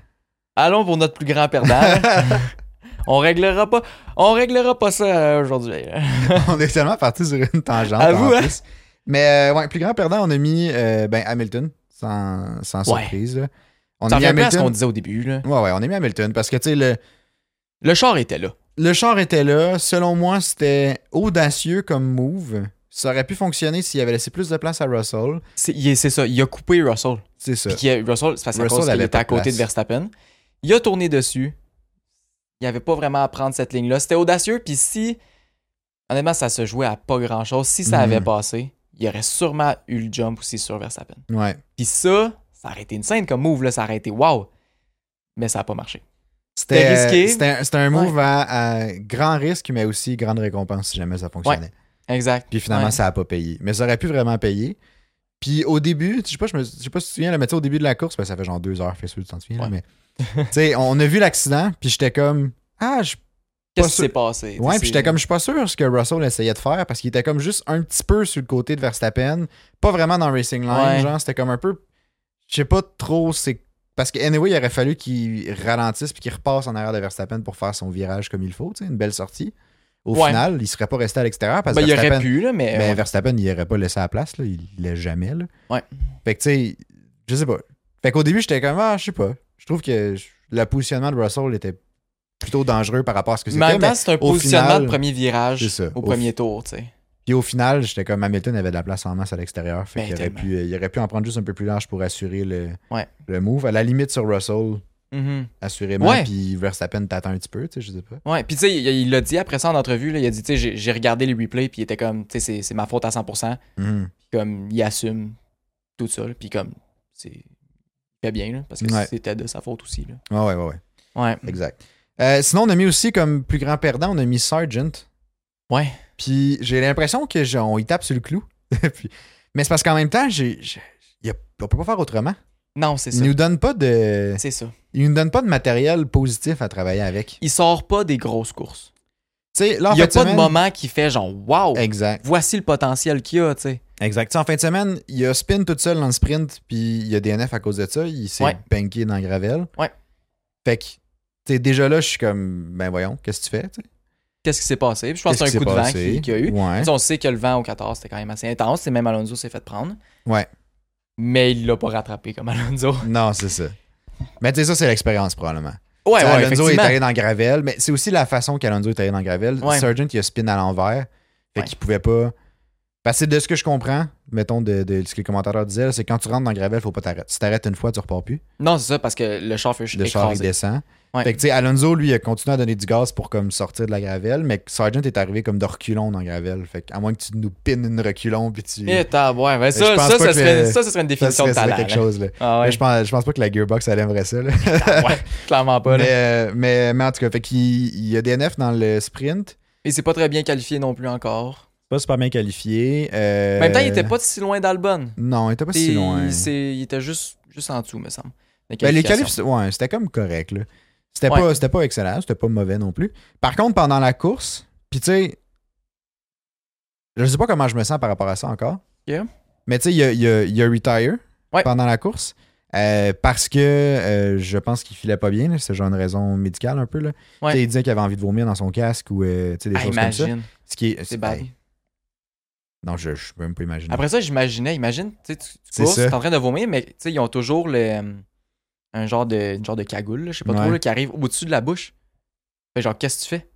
allons pour notre plus grand perdant. on réglera pas, on réglera pas ça euh, aujourd'hui.
on est tellement parti sur une tangente.
À vous,
Ah, en
hein?
plus. Mais euh, ouais, plus grand perdant, on a mis euh, ben, Hamilton, sans, sans
Ouais.
surprise. là. On
Ça
a mis
revient bien à ce qu'on
Hamilton.
disait au début. Là.
Ouais, ouais, on a mis Hamilton parce que tu sais, le,
Le char était là.
le char était là. Selon moi, c'était audacieux comme move. Ça aurait pu fonctionner s'il avait laissé plus de place à Russell.
C'est il est- c'est ça, il a coupé Russell.
C'est ça.
Puis qu'il y a- Russell, c'est parce qu'à
Russell
cause qu'il
avait
était
pas
à
de
côté
place.
de Verstappen. Il a tourné dessus. Il avait pas vraiment à prendre cette ligne-là. C'était audacieux. Puis si, honnêtement, ça se jouait à pas grand-chose. Si ça
Mhm.
avait passé, il aurait sûrement eu le jump aussi sur Verstappen.
Ouais.
Puis ça, ça aurait été une scène comme move. Là, ça aurait été wow. Mais ça a pas marché.
C'était
C'était risqué.
C'était un- c'était un move à, à grand risque, mais aussi grande récompense si jamais ça fonctionnait.
Exact.
Puis finalement,
Ouais.
ça n'a pas payé. Mais ça aurait pu vraiment payer. Puis au début, je sais pas, je, me, je sais pas si tu te souviens, le métier au début de la course, ben, ça fait genre deux heures, fais sûr tu t'en souviens, là,
Ouais.
mais tu sais, on a vu l'accident, puis j'étais comme, ah, je,
Qu'est-ce
pas
qui
sûr.
s'est passé?
ouais,
C'est-
puis j'étais comme, je suis pas sûr ce que Russell essayait de faire, parce qu'il était comme juste un petit peu sur le côté de Verstappen, pas vraiment dans le Racing Line,
Ouais.
genre, c'était comme un peu, je sais pas trop, c'est, parce que anyway, il aurait fallu qu'il ralentisse puis qu'il repasse en arrière de Verstappen pour faire son virage comme il faut, tu sais, une belle sortie. Au
Ouais.
final, il serait pas resté à l'extérieur parce que
Ben, il
Verstappen-
aurait pu, là, mais.
mais
ouais.
Verstappen, il aurait pas laissé la place, là. il l'a jamais. Là.
Ouais.
Fait que tu sais, je sais pas. Fait qu'au début, j'étais comme, ah, je sais pas. Je trouve que je- le positionnement de Russell était plutôt dangereux par rapport à ce que
Mais en
c'était.
même temps,
mais-
c'est un
au
positionnement
final,
de premier virage
c'est ça.
au
Au
premier
fi-
tour, tu sais.
Puis au final, j'étais comme, Hamilton avait de la place en masse à l'extérieur. Fait
Mais
qu'il aurait
Ben, tellement.
pu, il aurait pu en prendre juste un peu plus large pour assurer le,
Ouais.
le move. À la limite, sur Russell,
Mhm.
assurément.
Ouais.
Puis Verstappen t'attend un petit peu, tu sais, je sais pas.
Ouais, puis tu sais, il il l'a dit après ça en entrevue, là, il a dit, tu sais, j'ai- j'ai regardé les replays, puis il était comme, tu sais, c'est- c'est ma faute à 100%,
Mhm.
puis comme, il assume tout ça, là, puis comme, c'est il fait bien, là, parce que
Ouais.
c'était de sa faute aussi, là.
Ah Ouais, ouais, ouais, ouais.
Ouais.
Exact. Euh, sinon, on a mis aussi comme plus grand perdant, on a mis Sargent.
Ouais.
Puis j'ai l'impression que genre, on y tape sur le clou. Puis- mais c'est parce qu'en même temps, j'ai, j'ai- y a- on peut pas faire autrement.
Non, c'est
Ils
ça.
nous donnent pas de,
C'est ça.
ils nous donnent pas de matériel positif à travailler avec.
Il sort pas des grosses courses.
Tu sais, là, Ah, en
il y a
fin
pas de
semaine-
moment qui fait genre, wow,
Exact,
voici le potentiel qu'il y a, tu sais.
exact. Tu sais, en fin de semaine, il y a spin toute seule dans le sprint, puis il y a DNF à cause de ça. Il s'est
Ouais.
banké dans le gravel.
Ouais.
Fait que, tu sais, déjà là, je suis comme, ben voyons, qu'est-ce que tu fais? tu sais?
Qu'est-ce qui s'est passé? Puis je pense que c'est
Qu'est-ce
un coup
qui
de
s'est
vent
passé?
qui- qu'il y a eu.
Ouais.
Tu sais, On sait que le vent au 14, c'était quand même assez intense, c'est même Alonso s'est fait prendre.
Ouais.
Mais il l'a pas rattrapé comme Alonso.
Non, c'est ça. Mais tu sais, ça, c'est l'expérience, probablement.
Ouais, ouais,
Tu sais, Alonso est
effectivement.
allé dans Gravel, mais c'est aussi la façon qu'Alonso est allé dans Gravel.
Ouais.
Sargent, il a spin à l'envers. Fait
Ouais.
qu'il pouvait pas. Parce que de ce que je comprends, mettons, de, de ce que les commentateurs disaient, là, c'est quand tu rentres dans Gravel, faut pas t'arrêter. Si t'arrêtes une fois, tu repars plus.
Non, c'est ça, parce que le char fut
Le char, il
écrasé.
descend.
Ouais.
Fait que, tu sais, Alonso, lui, a continué à donner du gaz pour comme sortir de la Gravel, mais Sargent est arrivé comme de reculon dans Gravel. Fait que, à moins que tu nous pines une reculon, puis tu.
Et ouais, ben
Je
ça,
pense
ça,
pas
ça
que
serait,
le-
ça, ça serait une
ça
définition
serait
de talent.
quelque
là.
chose, là.
Ah ouais,
Mais Je, pense, je pense pas que la Gearbox, elle aimerait ça, là.
clairement pas. là.
mais,
Mais...
euh, mais, mais en tout cas, fait qu'il il y a DNF dans le sprint.
c'est pas très bien qualifié non plus encore.
Pas super bien qualifié. euh,
En même temps, il était pas si loin d'Albon.
Non, il était pas
Et
si loin.
il s'est- Il était juste, juste en dessous, me semble. des
Ben, les
qualifications.
qualifs, ouais, c'était comme correct. là. C'était
Ouais.
pas, c'était pas excellent, c'était pas mauvais non plus. Par contre, pendant la course, puis tu sais, je sais pas comment je me sens par rapport à ça encore.
Yeah.
Mais tu sais, il y a, il y a- il y a retire
Ouais.
pendant la course. euh, parce que euh, je pense qu'il filait pas bien, là, c'est genre une raison médicale un peu. Là.
Ouais.
Tu sais, Il disait qu'il avait envie de vomir dans son casque ou euh, tu sais, des
Ah,
choses comme ça.
imagine,
Ce qui est,
c'est bad.
hey, non, je, je peux même pas imaginer.
Après ça, j'imaginais, imagine, tu sais, tu- tu
C'est
cours,
ça.
t'es en train de vomir, mais tu sais, ils ont toujours le, euh, un genre de, une genre de cagoule, là, je sais pas
Ouais.
trop, là, qui arrive au-dessus de la bouche. Fait genre, qu'est-ce que tu fais?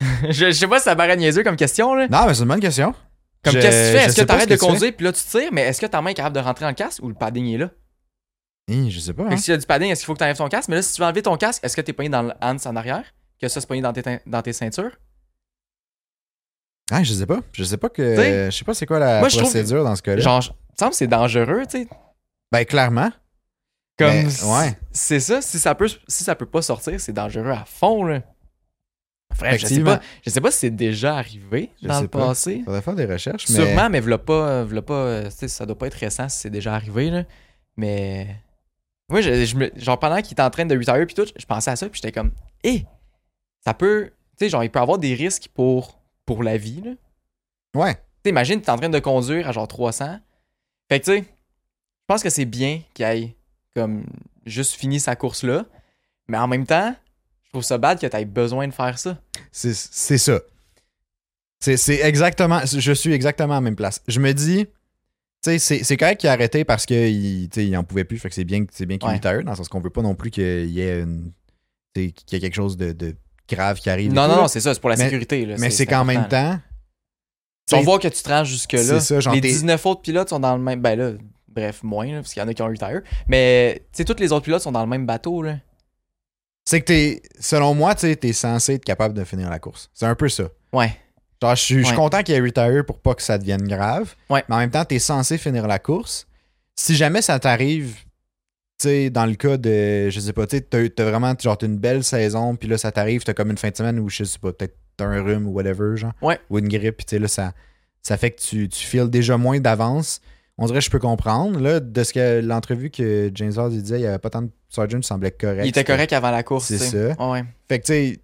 je, je sais pas si ça paraît niaiseux comme question, là.
Non, mais c'est une bonne question.
Comme
Je-
qu'est-ce que tu
je
fais? Est-ce
sais
que
pas
t'arrêtes
ce
de
que tu
conduire puis là tu tires, mais est-ce que ta main est capable de rentrer dans le casque ou le padding est là?
Hi, je sais pas.
Fait
hein.
que s'il y a du padding, est-ce qu'il faut que tu enlèves ton casque? Mais là, si tu veux enlever ton casque, est-ce que t'es pogné dans le hands en arrière? Que ça se pogné dans tes, tein- dans tes ceintures?
Ah, je sais pas. Je sais pas que.
T'sais,
je sais pas c'est quoi la
moi, je trouve
procédure dans ce cas-là.
Genre, je- il me semble que c'est dangereux, tu sais.
Ben, clairement.
Comme
Mais,
c-
Ben, ouais.
c'est ça, si ça peut si ça peut pas sortir, c'est dangereux à fond là. Frère, je sais
Effectivement.
pas, je sais pas si c'est déjà arrivé
Je
dans
sais
le
pas.
passé.
Faudrait faire des recherches. Mais...
Sûrement mais v'là pas v'là pas euh, tu sais, ça doit pas être récent si c'est déjà arrivé là. Mais moi je, je me- genre pendant qu'il était en train de retire puis tout, je pensais à ça puis j'étais comme hé, ça peut tu sais genre il peut avoir des risques pour pour la vie là.
Ouais.
T'imagines, t'es en train de conduire à genre 300. Fait que tu sais, je pense que c'est bien qu'il aille comme juste fini sa course-là. Mais en même temps, je trouve ça bad que t'aies besoin de faire ça.
C'est c'est ça. C'est c'est exactement. Je suis exactement à la même place. Je me dis. Tu sais, c'est- c'est correct qu'il a arrêté parce qu'il il en pouvait plus. Fait que c'est bien, c'est bien qu'il
Ouais.
lutte à eux, dans le sens qu'on veut pas non plus qu'il y ait une. tu sais, Qu'il y ait quelque chose de, de grave qui arrive. et
Non,
tout,
non,
là.
non, c'est ça, c'est pour la
Mais-
sécurité. là,
Mais c'est qu'en
important,
même
là.
temps.
Si on
t'sais,
voit que tu te rends jusque-là,
Ben, C'est ça, genre,
les
t'es-
19 autres pilotes sont dans le même. Ben là, bref, moins, là, parce qu'il y en a qui ont eu tire. Mais tu sais, tous les autres pilotes sont dans le même bateau. Là.
C'est que t'es. Selon moi, tu es censé être capable de finir la course. C'est un peu ça.
Ouais.
Genre, je suis, je suis
Ouais.
content qu'il y ait retire pour pas que ça devienne grave.
Ouais.
Mais en même temps, t'es censé finir la course. Si jamais ça t'arrive, tu sais, dans le cas de, je sais pas, tu sais, t'as t'as vraiment, genre, t'as une belle saison, puis là, ça t'arrive, t'as comme une fin de semaine où, je sais pas, peut-être t'as un rhume ou whatever, genre.
Ouais.
Ou une grippe, puis tu sais, là, ça, ça fait que tu, tu files déjà moins d'avance. On dirait que je peux comprendre. Là, de ce que l'entrevue que James Ward il disait, il y avait pas tant de. Sargent semblait correct.
Il était correct avant la course.
Ben, C'est
tu sais.
ça.
Ouais, ouais.
Fait que tu sais,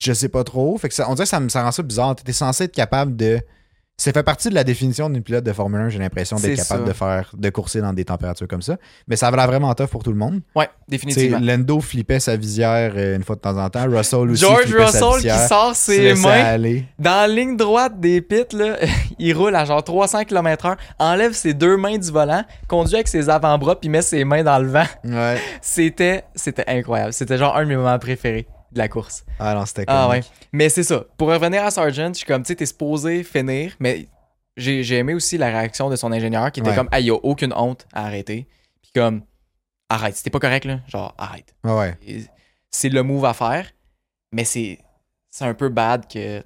je sais pas trop. Fait que ça, on dirait que ça me ça rend ça bizarre. T'es censé être capable de. Ça fait partie de la définition d'une pilote de Formule 1, j'ai l'impression, d'être
C'est
capable
ça.
de faire de courser dans des températures comme ça. Mais ça va l'air vraiment tough pour tout le monde.
Ouais,
Tu sais,
définitivement.
Lando flippait sa visière euh, une fois de temps en temps. Russell aussi.
George
flippait sa
Russell
visière.
qui sort
Se
ses
laissait
mains.
aller.
Dans la ligne droite des pits, là, il roule à genre 300 km/h, enlève ses deux mains du volant, conduit avec ses avant-bras, puis met ses mains dans le vent.
Ouais.
C'était, c'était incroyable. C'était genre un de mes moments préférés de la course.
Ah non, c'était cool.
Ah ouais. Mais c'est ça. Pour revenir à Sargent, je suis comme, tu sais, t'es supposé finir, mais j'ai j'ai aimé aussi la réaction de son ingénieur qui était
Ouais.
comme, ah, il a aucune honte à arrêter. Puis comme, arrête, c'était pas correct, là. Genre, arrête.
Ah ouais.
Et c'est le move à faire, mais c'est c'est un peu bad que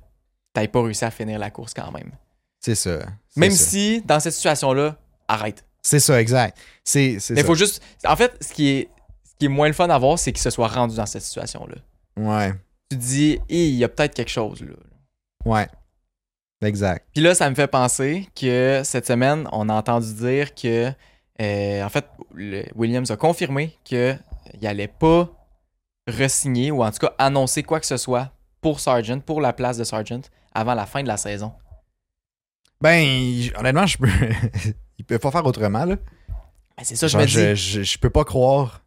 t'aies pas réussi à finir la course quand même.
C'est ça. C'est
Même
ça.
si, dans cette situation-là, arrête.
C'est ça, exact. C'est c'est
Mais
ça.
faut juste. En fait, ce qui est, ce qui est moins le fun à voir, c'est qu'il se soit rendu dans cette situation-là.
Ouais.
Tu te dis, Hey, il y a peut-être quelque chose là.
Ouais. Exact.
Puis là, ça me fait penser que cette semaine, on a entendu dire que, euh, en fait, le- Williams a confirmé qu'il n'allait pas re-signer ou en tout cas annoncer quoi que ce soit pour Sargent, pour la place de Sargent, avant la fin de la saison.
Ben, j- honnêtement, je peux. Il peut pas faire autrement, là.
Ben, c'est ça, je
Genre,
me
je,
dis.
je- je peux pas croire.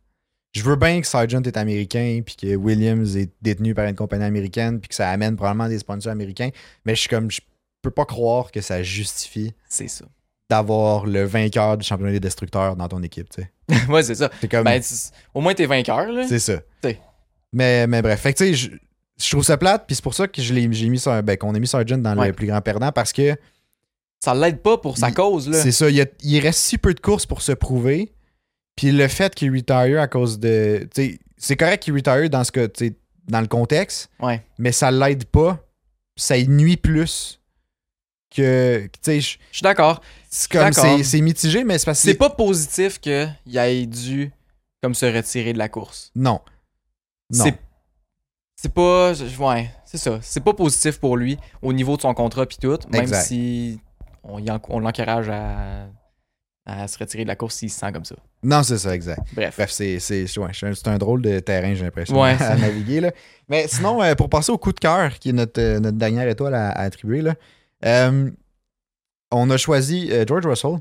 Je veux bien que Sargent est américain, puis que Williams est détenu par une compagnie américaine, puis que ça amène probablement des sponsors américains, mais je suis comme, je peux pas croire que ça justifie
C'est ça.
d'avoir le vainqueur du championnat des destructeurs dans ton équipe. tu sais.
ouais, c'est ça.
C'est comme.
Ben, c'est- au moins, t'es vainqueur, là.
C'est ça.
T'sais.
Mais, mais bref, fait que tu sais, je, je trouve ça plate, puis c'est pour ça que je l'ai, j'ai mis sur, ben, qu'on a mis Sargent dans
Ouais.
le plus grand perdant, parce que
Ça l'aide pas pour sa
Il-
cause, là.
c'est ça, il, y a- il reste si peu de courses pour se prouver, puis le fait qu'il retire à cause de. tu sais, c'est correct qu'il retire dans ce que, tu sais, dans le contexte,
Ouais.
mais ça l'aide pas, ça y nuit plus que, tu sais, je-
Je suis d'accord.
c'est comme
D'accord.
c'est, c'est mitigé, mais c'est parce que
C'est pas positif qu'il ait dû comme se retirer de la course.
non, non,
C'est c'est pas je- ouais, c'est ça, c'est pas positif pour lui au niveau de son contrat puis tout, même
Exact.
si on, y en- on l'encourage à, à se retirer de la course s'il se sent comme ça.
non, c'est ça, exact.
Bref.
Bref, c'est c'est- ouais, c'est un, c'est un drôle de terrain, j'ai l'impression,
Ouais,
à naviguer. Là. Mais sinon, euh, pour passer au coup de cœur, qui est notre, euh, notre dernière étoile à, à attribuer, là, euh, on a choisi euh, George Russell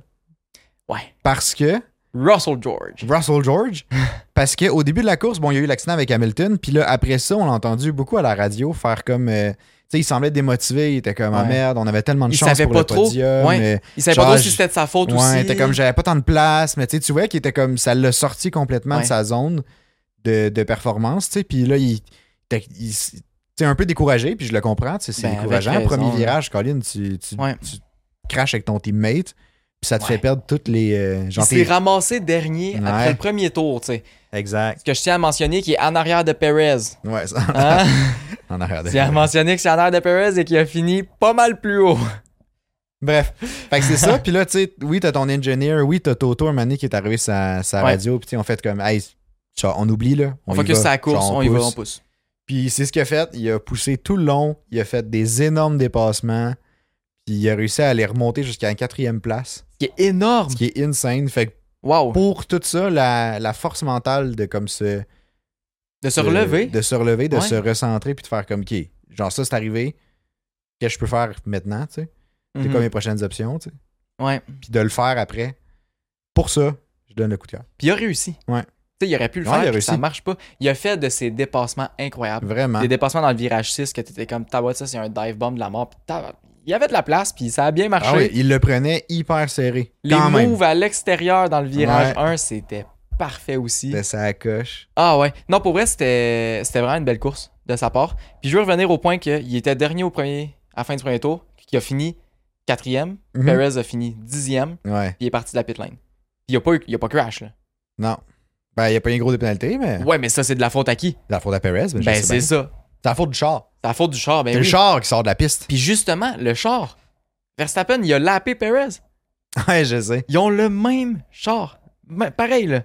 Ouais.
parce que.
Russell George.
Russell George. Parce qu'au début de la course, bon, il y a eu l'accident avec Hamilton. Puis là, après ça, on l'a entendu beaucoup à la radio faire comme. euh, tu sais, il semblait démotivé. Il était comme, ah
Ouais.
merde, on avait tellement de
Il
chance
savait
pour
pas
le
trop.
podium.
Ouais.
euh,
Il savait
Genre,
pas trop si
je-
c'était de sa faute aussi.
Ouais, t'es comme j'avais pas tant de place, mais tu sais, tu vois qu'il était comme ça l'a sorti complètement de
Ouais.
sa zone de, de performance, tu sais, puis là il t'es il s- t'es un peu découragé, puis je le comprends, tu sais, c'est
Ben, avec
décourageant.
raison,
Premier
là.
virage, Colin, tu, tu,
Ouais.
tu crashes avec ton teammate, puis ça te
Ouais.
fait perdre toutes les euh,
il
genre
s'est
tes-
ramassé dernier
Ouais.
après le premier tour, tu sais.
exact.
Ce que je tiens à mentionner qui est en arrière de Perez.
Ouais, ça,
Hein?
on a regardé.
Je tiens à mentionner que c'est en arrière de Perez et qu'il a fini pas mal plus haut.
Bref, fait que c'est ça. Puis là, tu sais, oui, t'as ton engineer, oui, t'as Toto, un moment donné, qui est arrivé sa, sa
Ouais.
radio. Puis tu sais, on fait comme, hey, genre, on oublie, là.
On,
y
focus
va.
sur la course,
Genre,
on, y va,
pousse.
on pousse.
Puis c'est ce qu'il a fait. Il a poussé tout le long. Il a fait des énormes dépassements. Puis il a réussi à les remonter jusqu'à la quatrième place.
Ce qui est énorme.
Ce qui est insane. Fait que
Wow.
pour tout ça, la, la force mentale de comme se.
De se
de-
relever.
De se relever, de
Ouais.
se recentrer, puis de faire comme, OK, genre ça, c'est arrivé. Qu'est-ce que je peux faire maintenant, tu sais? C'est
Mhm.
quoi mes prochaines options, tu sais?
Ouais.
Puis de le faire après. Pour ça, je donne le coup de cœur.
Puis il a réussi.
Ouais.
Tu sais, il aurait pu le
Ouais, il a
faire, puis
réussi.
ça marche pas. Il a fait de ses dépassements incroyables.
Vraiment.
Des dépassements dans le virage 6 que t'étais comme tabac, ça c'est un dive bomb de la mort. Puis tabac, il y avait de la place, puis ça a bien marché.
Ah oui, il le prenait hyper serré.
Les
quand même.
moves à l'extérieur dans le virage
Ouais.
1, c'était parfait aussi.
De sa coche.
Ah ouais. Non, pour vrai, c'était c'était vraiment une belle course de sa part. Puis je veux revenir au point qu'il était dernier au premier, à la fin du premier tour, qu'il a fini quatrième.
Mhm.
Perez a fini dixième,
Ouais.
puis il est parti de la pit lane. Puis il a pas, eu- il a pas crash, là.
Non. Ben, il n'y a pas eu un gros de pénalité, mais.
Ouais, mais ça, c'est de la faute à qui?
C'est la faute à Perez, mais je
Ben,
sais bien.
c'est ça.
C'est la faute du char.
C'est la faute du char. Ben
c'est
oui.
le char qui sort de la piste.
Puis justement, le char. Verstappen, il a lapé Perez.
ouais, je sais.
Ils ont le même char. Ma- Pareil, là.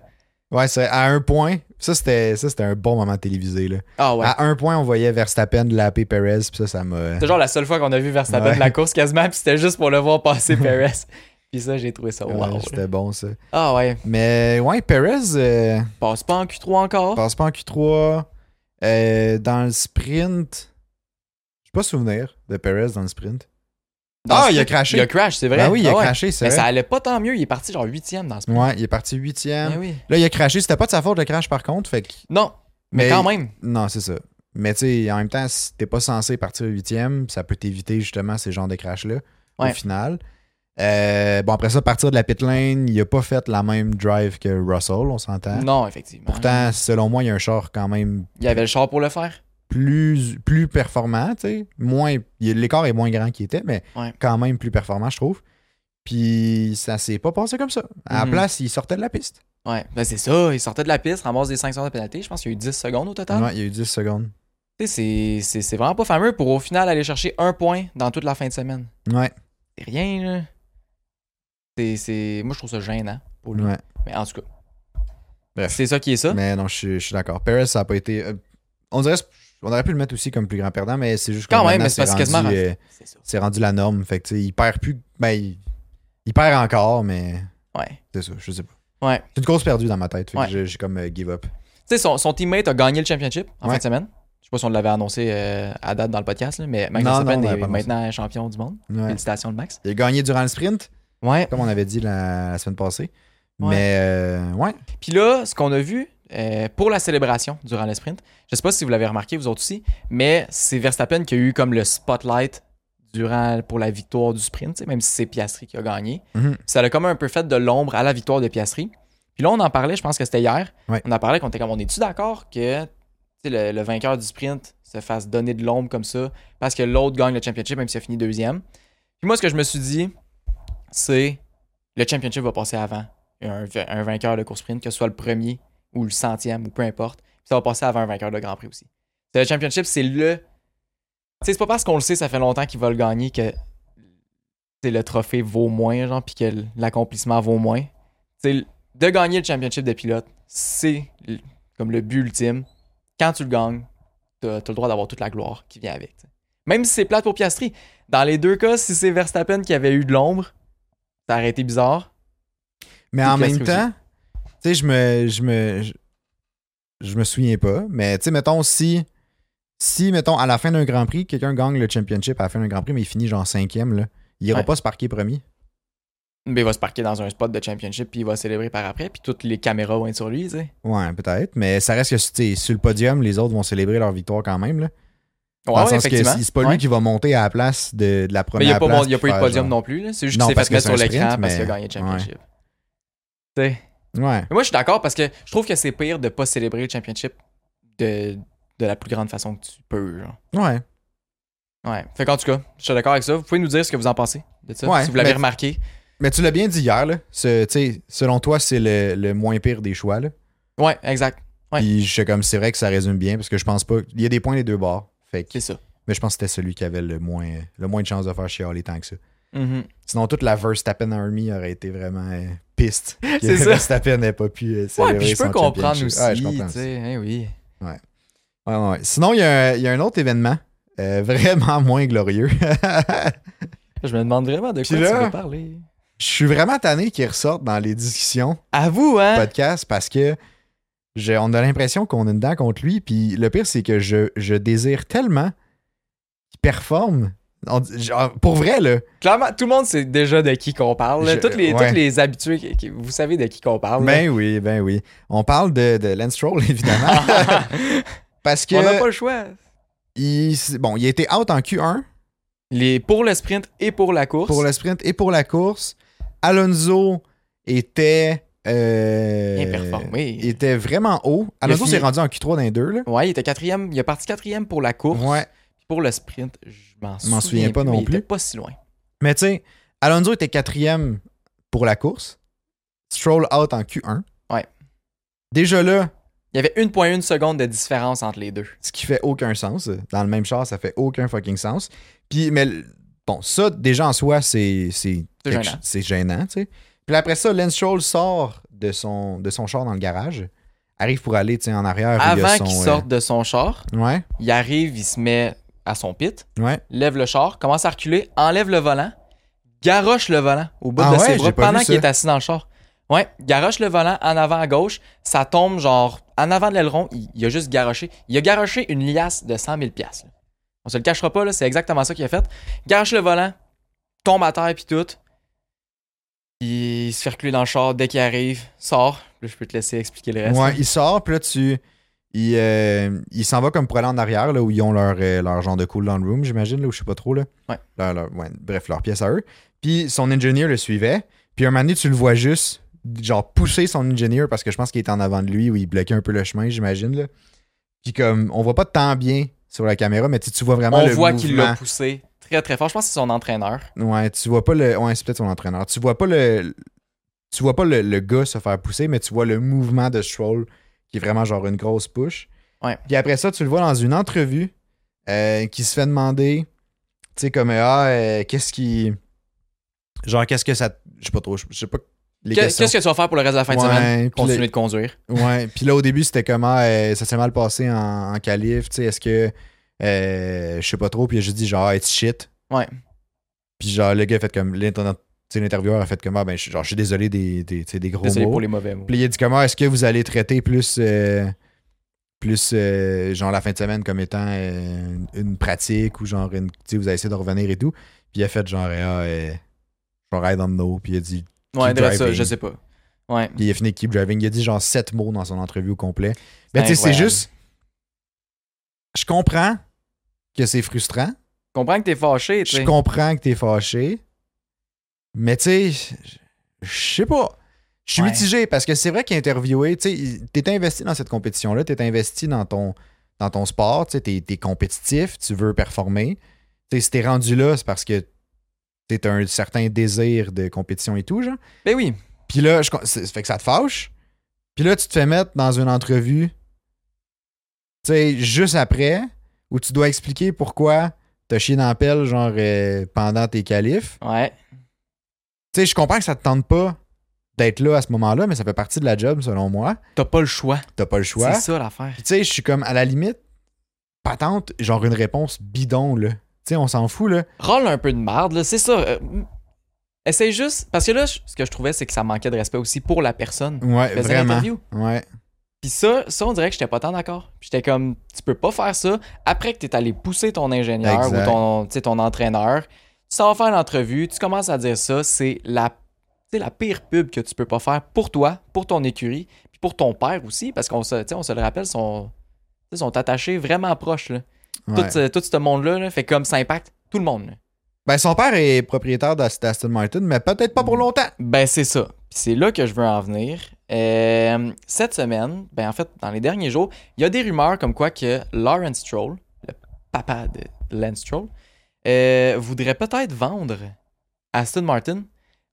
Ouais, c'est à un point. Ça, c'était ça, c'était un bon moment télévisé. Là.
Ah ouais.
À un point, on voyait Verstappen laper Perez, puis ça, ça m'a.
C'est genre la seule fois qu'on a vu Verstappen
Ouais.
de la course quasiment, puis c'était juste pour le voir passer Perez. puis ça, j'ai trouvé ça
Ouais,
wow. là.
c'était bon, ça.
Ah ouais.
Mais ouais, Perez euh,
Passe pas en Q3 encore.
passe pas en Q3. euh, dans le sprint. Je pas souvenir de Perez dans le sprint.
Dans
ah,
ce-
il a crashé.
Il a crash, c'est vrai.
Ben oui, il a
Ah ouais.
crashé, c'est
Mais ça
vrai.
allait pas tant mieux. Il est parti genre huitième dans ce moment.
Ouais, il est parti huitième.
Ben oui.
Là, il a crashé. C'était pas de sa faute le crash, par contre. Fait que
Non, mais,
Mais-
quand même.
Non, c'est ça. Mais tu sais, en même temps, si t'es pas censé partir huitième, ça peut t'éviter justement ces genres de crash-là au
Ouais.
final. Euh, bon, après ça, partir de la pit lane, il a pas fait la même drive que Russell, on s'entend.
Non, effectivement.
Pourtant, selon moi, il y a un char quand même
Il y avait le char pour le faire.
plus, plus performant, tu sais. Moins, il- l'écart est moins grand qu'il était, mais
Ouais.
quand même plus performant, je trouve. Puis ça s'est pas passé comme ça. À la
Mhm.
place, il sortait de la piste.
Ouais, ben c'est ça. Il sortait de la piste, ramasse des 500 de pénalité. Je pense qu'il y a eu 10 secondes au total.
Ouais, il y a eu 10 secondes.
Tu sais, c'est- c'est c'est vraiment pas fameux pour au final aller chercher un point dans toute la fin de semaine.
Ouais,
C'est rien, là. C'est- C'est. Moi, je trouve ça gênant pour lui.
ouais.
Mais en tout cas.
Bref.
C'est ça qui est ça.
Mais non, je suis, je suis d'accord. Perez, ça n'a pas été. euh, on dirait. On aurait pu le mettre aussi comme plus grand perdant, mais c'est juste que
Quand même,
maintenant,
mais c'est parce que
rendu,
quasiment-
euh,
C'est ça.
c'est rendu la norme. Fait que, tu sais, il perd plus. Ben, il, il perd encore, mais
Ouais.
c'est ça, je sais pas.
Ouais.
C'est une course perdue dans ma tête. Fait
Ouais.
que j'ai- j'ai comme euh, give up.
Tu sais, son, son teammate a gagné le championship en
Ouais.
fin de semaine. Je sais pas si on l'avait annoncé euh, à date dans le podcast, là, mais Max
Non,
Verstappen
non, on l'avait
est
pas annoncé.
maintenant champion du monde.
Ouais.
Félicitations de Max.
Il a gagné durant le sprint,
Ouais.
comme on avait dit la, la semaine passée.
Ouais.
Mais euh, ouais.
Puis là, ce qu'on a vu euh, pour la célébration durant le sprint, je sais pas si vous l'avez remarqué vous autres aussi, mais c'est Verstappen qui a eu comme le spotlight durant pour la victoire du sprint, tu sais, même si c'est Piastri qui a gagné.
Mhm.
Ça a comme un peu fait de l'ombre à la victoire de Piastri. Puis là, on en parlait, je pense que c'était hier.
Ouais.
On en parlait qu'on était comme on est-tu d'accord que tu sais, le, le vainqueur du sprint se fasse donner de l'ombre comme ça parce que l'autre gagne le championship, même s'il a fini deuxième. Puis moi, ce que je me suis dit, c'est le championship va passer avant un, un vainqueur de course sprint, que ce soit le premier ou le centième ou peu importe. Puis ça va passer avant un vainqueur de Grand Prix aussi. C'est le championship, c'est le. Tu sais, c'est pas parce qu'on le sait, ça fait longtemps qu'il va le gagner que tu sais, le trophée vaut moins, genre, puis que l- l'accomplissement vaut moins. Tu sais, de gagner le championship de pilote, c'est l- comme le but ultime. Quand tu le gagnes, t'as t'as le droit d'avoir toute la gloire qui vient avec. tu sais. Même si c'est plate pour Piastri. Dans les deux cas, si c'est Verstappen qui avait eu de l'ombre, ça aurait été bizarre.
Mais en
Puis
même
Piastri
temps, tu sais, je me, je me, je, je me souviens pas, mais tu sais, mettons, si, si, mettons, à la fin d'un Grand Prix, quelqu'un gagne le championship à la fin d'un Grand Prix, mais il finit genre cinquième, là, il ira
Ouais.
pas se parquer premier.
Mais il va se parquer dans un spot de championship, puis il va célébrer par après, puis toutes les caméras vont être sur lui, tu sais.
Ouais, peut-être, mais ça reste que tu sais, sur le podium, les autres vont célébrer leur victoire quand même, là.
Ouais,
Dans le
ouais,
sens que
effectivement.
c'est pas lui
Ouais.
qui va monter à la place de, de la
Mais il n'y
première
a, pas
place
mon- il y a
puis
pas eu de
faire
podium
genre-
non plus. là. C'est juste
Non,
qu'il s'est
parce
fait
que
mettre
c'est un
sur l'écran
sprint,
parce qu'il a
mais-
gagné le championship. Tu sais.
Ouais.
Mais moi, je suis d'accord parce que je trouve que c'est pire de pas célébrer le championship de, de la plus grande façon que tu peux. genre.
Ouais.
Ouais. Fait qu'en tout cas, je suis d'accord avec ça. Vous pouvez nous dire ce que vous en pensez de ça,
Ouais,
si vous l'avez
mais-
remarqué.
Mais tu l'as bien dit hier, là. Ce- tu sais, selon toi, c'est le, le moins pire des choix, là.
Ouais, exact. Ouais.
Puis je suis comme, c'est vrai que ça résume bien parce que je pense pas. Il y a des points des deux bords. Fait que-
C'est ça.
mais je pense que c'était celui qui avait le moins, le moins de chances de faire chialer tant que ça. Mm-hmm.
Mhm.
Sinon, toute la Verstappen Army aurait été vraiment euh, piste. Que
C'est ça.
Verstappen n'ait pas pu. euh,
Ouais,
célébrer
puis je peux
son
comprendre
championship.
aussi.
Ouais, je comprends
tu
ça.
sais, hein, oui.
Ouais, ouais, ouais. Sinon, il y, a un- il y a un autre événement euh, vraiment moins glorieux.
Je me demande vraiment de quoi
Puis là-
tu veux parler.
Je suis vraiment tanné qu'il ressorte dans les discussions
À vous, hein?
podcast parce que je- on a l'impression qu'on est dedans contre lui. Puis le pire, c'est que je, je désire tellement qu'il performe. On dit- genre, pour vrai, là.
Clairement, tout le monde sait déjà de qui qu'on parle. là.
Je-
Toutes les,
ouais.
toutes les habitués, qui- qui- vous savez de qui qu'on parle. là.
Ben oui, ben oui. On parle de, de Lance Stroll, évidemment. parce que.
On n'a pas le choix.
il s- bon, il a été out en Q1
Les, pour le sprint et pour la course.
pour le sprint et pour la course. Alonso était. euh,
Bien performé.
il était vraiment haut. Alonso
fini-
s'est rendu en Q3 dans les deux, là.
Ouais, il était quatrième. Il est parti quatrième pour la course.
Ouais.
Pour le sprint, je m'en
m'en
souviens,
souviens pas
plus, mais
non
Il
plus.
était pas si loin.
Mais tu sais, Alonso était quatrième pour la course. Stroll out en Q1.
Ouais.
Déjà là,
Il y avait 1.1 seconde de différence entre les deux.
ce qui fait aucun sens. euh, Dans le même char, ça fait aucun fucking sens. Puis, mais l- bon, ça, déjà en soi, c'est. C'est
C'est
quelque-
gênant.
c'est gênant, tu sais. Puis après ça, Lance Stroll sort de son, de son char dans le garage, arrive pour aller, tu sais, en arrière. où il y a
Avant
son,
qu'il
euh,
sorte de son char,
Ouais,
il arrive, il se met à son pit,
ouais.
lève le char, commence à reculer, enlève le volant, garoche le volant au bout
Ah
de
ouais,
ses
j'ai
bras
pas vu
pendant
ça.
qu'il est assis dans le char. Ouais, garoche le volant en avant à gauche, ça tombe genre en avant de l'aileron, il, il a juste garoché. Il a garoché une liasse de 100 000 piastres, là. On se le cachera pas, là, c'est exactement ça qu'il a fait. Garoche le volant, tombe à terre puis tout. Il se fait reculer dans le char dès qu'il arrive, sort. Là, je peux te laisser expliquer le reste.
Ouais, il sort, puis là, tu. Il, euh, il s'en va comme pour aller en arrière, là, où ils ont leur, euh, leur genre de cool down room, j'imagine, là, où je sais pas trop, là.
Ouais.
Leur- leur- ouais, bref, leur pièce à eux. Puis son ingénieur le suivait. Puis un moment donné, tu le vois juste, genre, pousser son ingénieur parce que je pense qu'il était en avant de lui, où il bloquait un peu le chemin, j'imagine, là. Puis comme, on voit pas tant bien sur la caméra, mais tu, tu vois vraiment
On
le
voit qu'il
mouvement.
l'a poussé très très fort. Je pense que c'est son entraîneur.
Ouais, tu vois pas le. Ouais, c'est peut-être son entraîneur. Tu vois pas le. Tu vois pas le, le gars se faire pousser, mais tu vois le mouvement de Stroll qui est vraiment genre une grosse push.
Ouais.
Puis après ça, tu le vois dans une entrevue euh, qui se fait demander, tu sais, comme ah, euh, qu'est-ce qui. Genre, qu'est-ce que ça. te- Je sais pas trop, je je sais pas. Les
Que- Qu'est-ce
questions.
que tu vas faire pour le reste de la fin de
Ouais,
semaine?
puis
Continuer
le-
de conduire.
Ouais, puis là au début c'était comment euh, ça s'est mal passé en, en qualif, tu sais, est-ce que euh, je sais pas trop, puis j'ai dit genre it's shit.
Ouais.
Puis genre le gars a fait comme l'interna- tu sais, l'intervieweur a fait comme ah, ben je suis- genre je suis désolé des des, tu sais, des gros
Désolé
mots.
pour les mauvais mots.
Puis il a dit comment est-ce que vous allez traiter plus euh, plus euh, genre la fin de semaine comme étant euh, une pratique ou genre une tu sais vous allez essayer de revenir et tout. Puis il a fait genre ah, euh, genre I don't know, puis il a dit
Ouais,
keep
de ça,
driving.
je sais pas. Ouais.
puis il a fini avec Keep Driving. Il a dit genre sept mots dans son entrevue au complet. Mais tu sais, c'est
incroyable.
juste. Je comprends que c'est frustrant
comprends que t'es fâché, tu
Je
sais.
comprends que t'es fâché, mais tu sais, je- je sais pas. Je suis
Ouais.
mitigé parce que c'est vrai qu'interviewer, tu sais, t'es investi dans cette compétition-là, t'es investi dans ton, dans ton sport, tu sais, t'es t'es compétitif, tu veux performer. Tu sais, si t'es rendu là, c'est parce que t'es un certain désir de compétition et tout, genre.
Ben oui.
Puis là, je, con- c'est- ça fait que ça te fâche. Puis là, tu te fais mettre dans une entrevue, tu sais, juste après, où tu dois expliquer pourquoi t'as chié dans la pelle, genre, euh, pendant tes qualifs.
Ouais.
Tu sais, je comprends que ça te tente pas d'être là à ce moment-là, mais ça fait partie de la job, selon moi.
T'as pas le choix.
T'as pas le choix.
C'est ça l'affaire.
Puis tu sais, je suis comme, à la limite, patente, genre une réponse bidon, là. Tu sais, on s'en fout, là.
Rôle un peu de marde, là, c'est ça. euh, essaye juste. Parce que là, je- ce que je trouvais, c'est que ça manquait de respect aussi pour la personne.
Ouais,
Faisait
vraiment.
l'interview.
Ouais.
Puis ça, ça, on dirait que j'étais pas tant d'accord. Puis J'étais comme, tu peux pas faire ça après que t'es allé pousser ton ingénieur
Exact.
ou ton, tu sais, ton entraîneur. Tu s'en vas faire l'entrevue, tu commences à dire ça, c'est la, tu sais, la pire pub que tu peux pas faire pour toi, pour ton écurie, puis pour ton père aussi, parce qu'on se, tu sais, on se le rappelle, sont, tu sais, sont attachés vraiment proches. là.
ouais.
Tout, ce, tout ce monde-là là, fait comme ça impacte tout le monde. là.
Ben, son père est propriétaire d'Ast- d'Aston Martin, mais peut-être pas pour longtemps.
Ben, c'est ça. Puis c'est là que je veux en venir. Euh, cette semaine, ben en fait, dans les derniers jours, il y a des rumeurs comme quoi que Lawrence Stroll, le papa de Lance Stroll, euh, voudrait peut-être vendre Aston Martin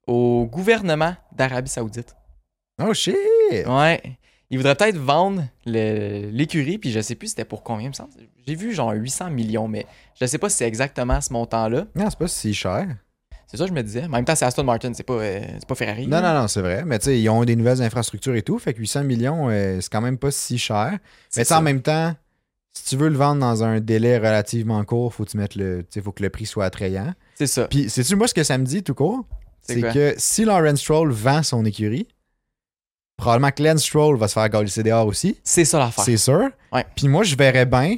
au gouvernement d'Arabie Saoudite.
Oh shit!
Ouais. Il voudrait peut-être vendre le- l'écurie, puis je sais plus c'était pour combien, il me semble. J'ai vu genre 800 millions, mais je sais pas si c'est exactement ce montant-là.
Non, c'est pas si cher.
C'est ça que je me disais. En même temps, c'est Aston Martin, c'est pas, euh, c'est pas Ferrari.
Non, non, non, c'est vrai. Mais tu sais, ils ont des nouvelles infrastructures et tout. Fait que 800 millions, euh, c'est quand même pas si cher. Mais tu sais, en même temps, si tu veux le vendre dans un délai relativement court, faut que tu mettes le, tu sais, faut que le prix soit attrayant.
C'est ça.
Puis, sais-tu, moi, ce que ça me dit tout court,
C'est
c'est
quoi?
que si Lawrence Stroll vend son écurie, probablement que Lance Stroll va se faire galisser dehors aussi.
C'est ça l'affaire.
C'est sûr.
Ouais.
Puis moi, je verrais bien.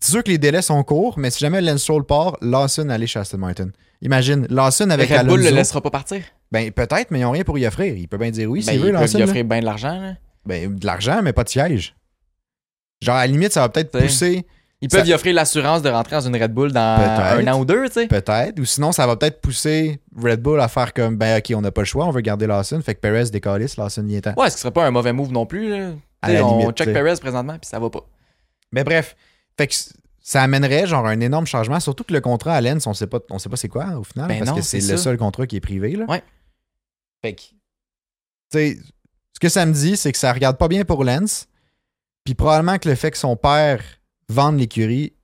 C'est sûr que les délais sont courts, mais si jamais Lance Stroll part, Lawson allait chez Aston Martin. Imagine, Lawson avec
Red Bull
Alonso.
le laissera pas partir.
Ben peut-être, mais ils n'ont rien pour y offrir. Il peut bien dire oui
Ben,
s'il
ils
veut,
peuvent
Lawson.
lui
là.
offrir bien de l'argent. là.
Ben de l'argent, mais pas de siège. Genre, à la limite, ça va peut-être
T'sais.
pousser,
Ils peuvent
Ça-
lui offrir l'assurance de rentrer dans une Red Bull dans
Peut-être.
un an ou deux, tu sais.
peut-être. Ou sinon, ça va peut-être pousser Red Bull à faire comme, ben ok, on n'a pas le choix, on veut garder Lawson. Fait que Perez décalisse, Lawson y est temps.
Ouais, ce serait pas un mauvais move non plus. là.
À
Tu sais,
la
On
limite,
check
t'sais.
Perez présentement, puis ça va pas.
Mais Ben, bref, fait que c- ça amènerait genre un énorme changement, surtout que le contrat à Lens, on sait pas, on sait pas c'est quoi au final,
Ben
parce
non,
que c'est
c'est
le
ça.
seul contrat qui est privé. Là.
Ouais.
Fait que, tu sais, ce que ça me dit, c'est que ça regarde pas bien pour Lens, puis probablement que le fait que son père vende l'écurie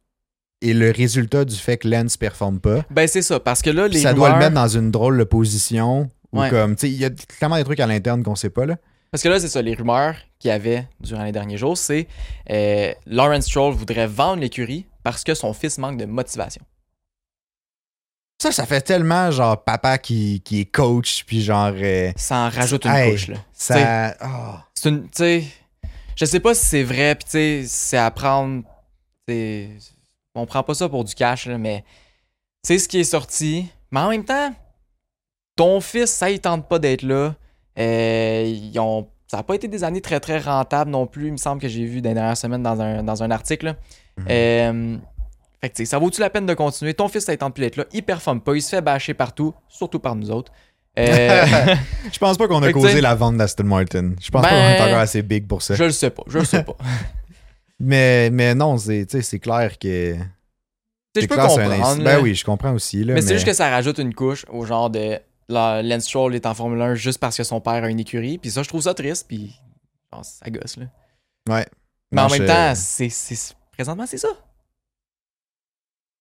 est le résultat du fait que Lens performe pas.
Ben, c'est ça, parce que là,
Puis
les
ça
rumeurs...
doit le mettre dans une drôle de position. Ou
Ouais.
comme, tu sais, il y a clairement des trucs à l'interne qu'on sait pas, là.
Parce que là, c'est ça, les rumeurs qu'il y avait durant les derniers jours, c'est euh, Lawrence Stroll voudrait vendre l'écurie parce que son fils manque de motivation.
Ça, ça fait tellement genre papa qui, qui est coach, puis genre. euh,
Ça en rajoute une
Hey.
couche, là.
ça. Ah.
C'est une. Tu sais, je sais pas si c'est vrai, puis tu sais, c'est à prendre. tu sais, on prend pas ça pour du cash, là, mais c'est ce qui est sorti. Mais en même temps, ton fils, ça, il tente pas d'être là. Euh, ils ont, ça a pas été des années très très rentables non plus, il me semble que j'ai vu dans les dernières semaines dans un, dans un article. là.
Mhm.
Euh, fait que tu sais, ça vaut-tu la peine de continuer? Ton fils, ça, il tente plus d'être là. Il performe pas, il se fait bâcher partout, surtout par nous autres. Euh,
Je pense pas qu'on a
Fait que
causé
t'sais-
la vente d'Aston Martin. Je pense
Ben-
pas qu'on est encore assez big pour ça.
je le sais pas, je le sais pas.
Mais, mais non, c'est t'sais, c'est clair que.
Tu sais,
c'est
je peux
clair, c'est un
comprendre.
inci-
là.
Ben oui, je comprends aussi. Là,
Mais,
mais
c'est juste que ça rajoute une couche au genre de la, Lance Stroll est en Formule 1 juste parce que son père a une écurie. Puis ça, je trouve ça triste. Puis bon, ça gosse, là.
Ouais.
Mais en
Non,
même
je-
temps, c'est, c'est- présentement, c'est ça.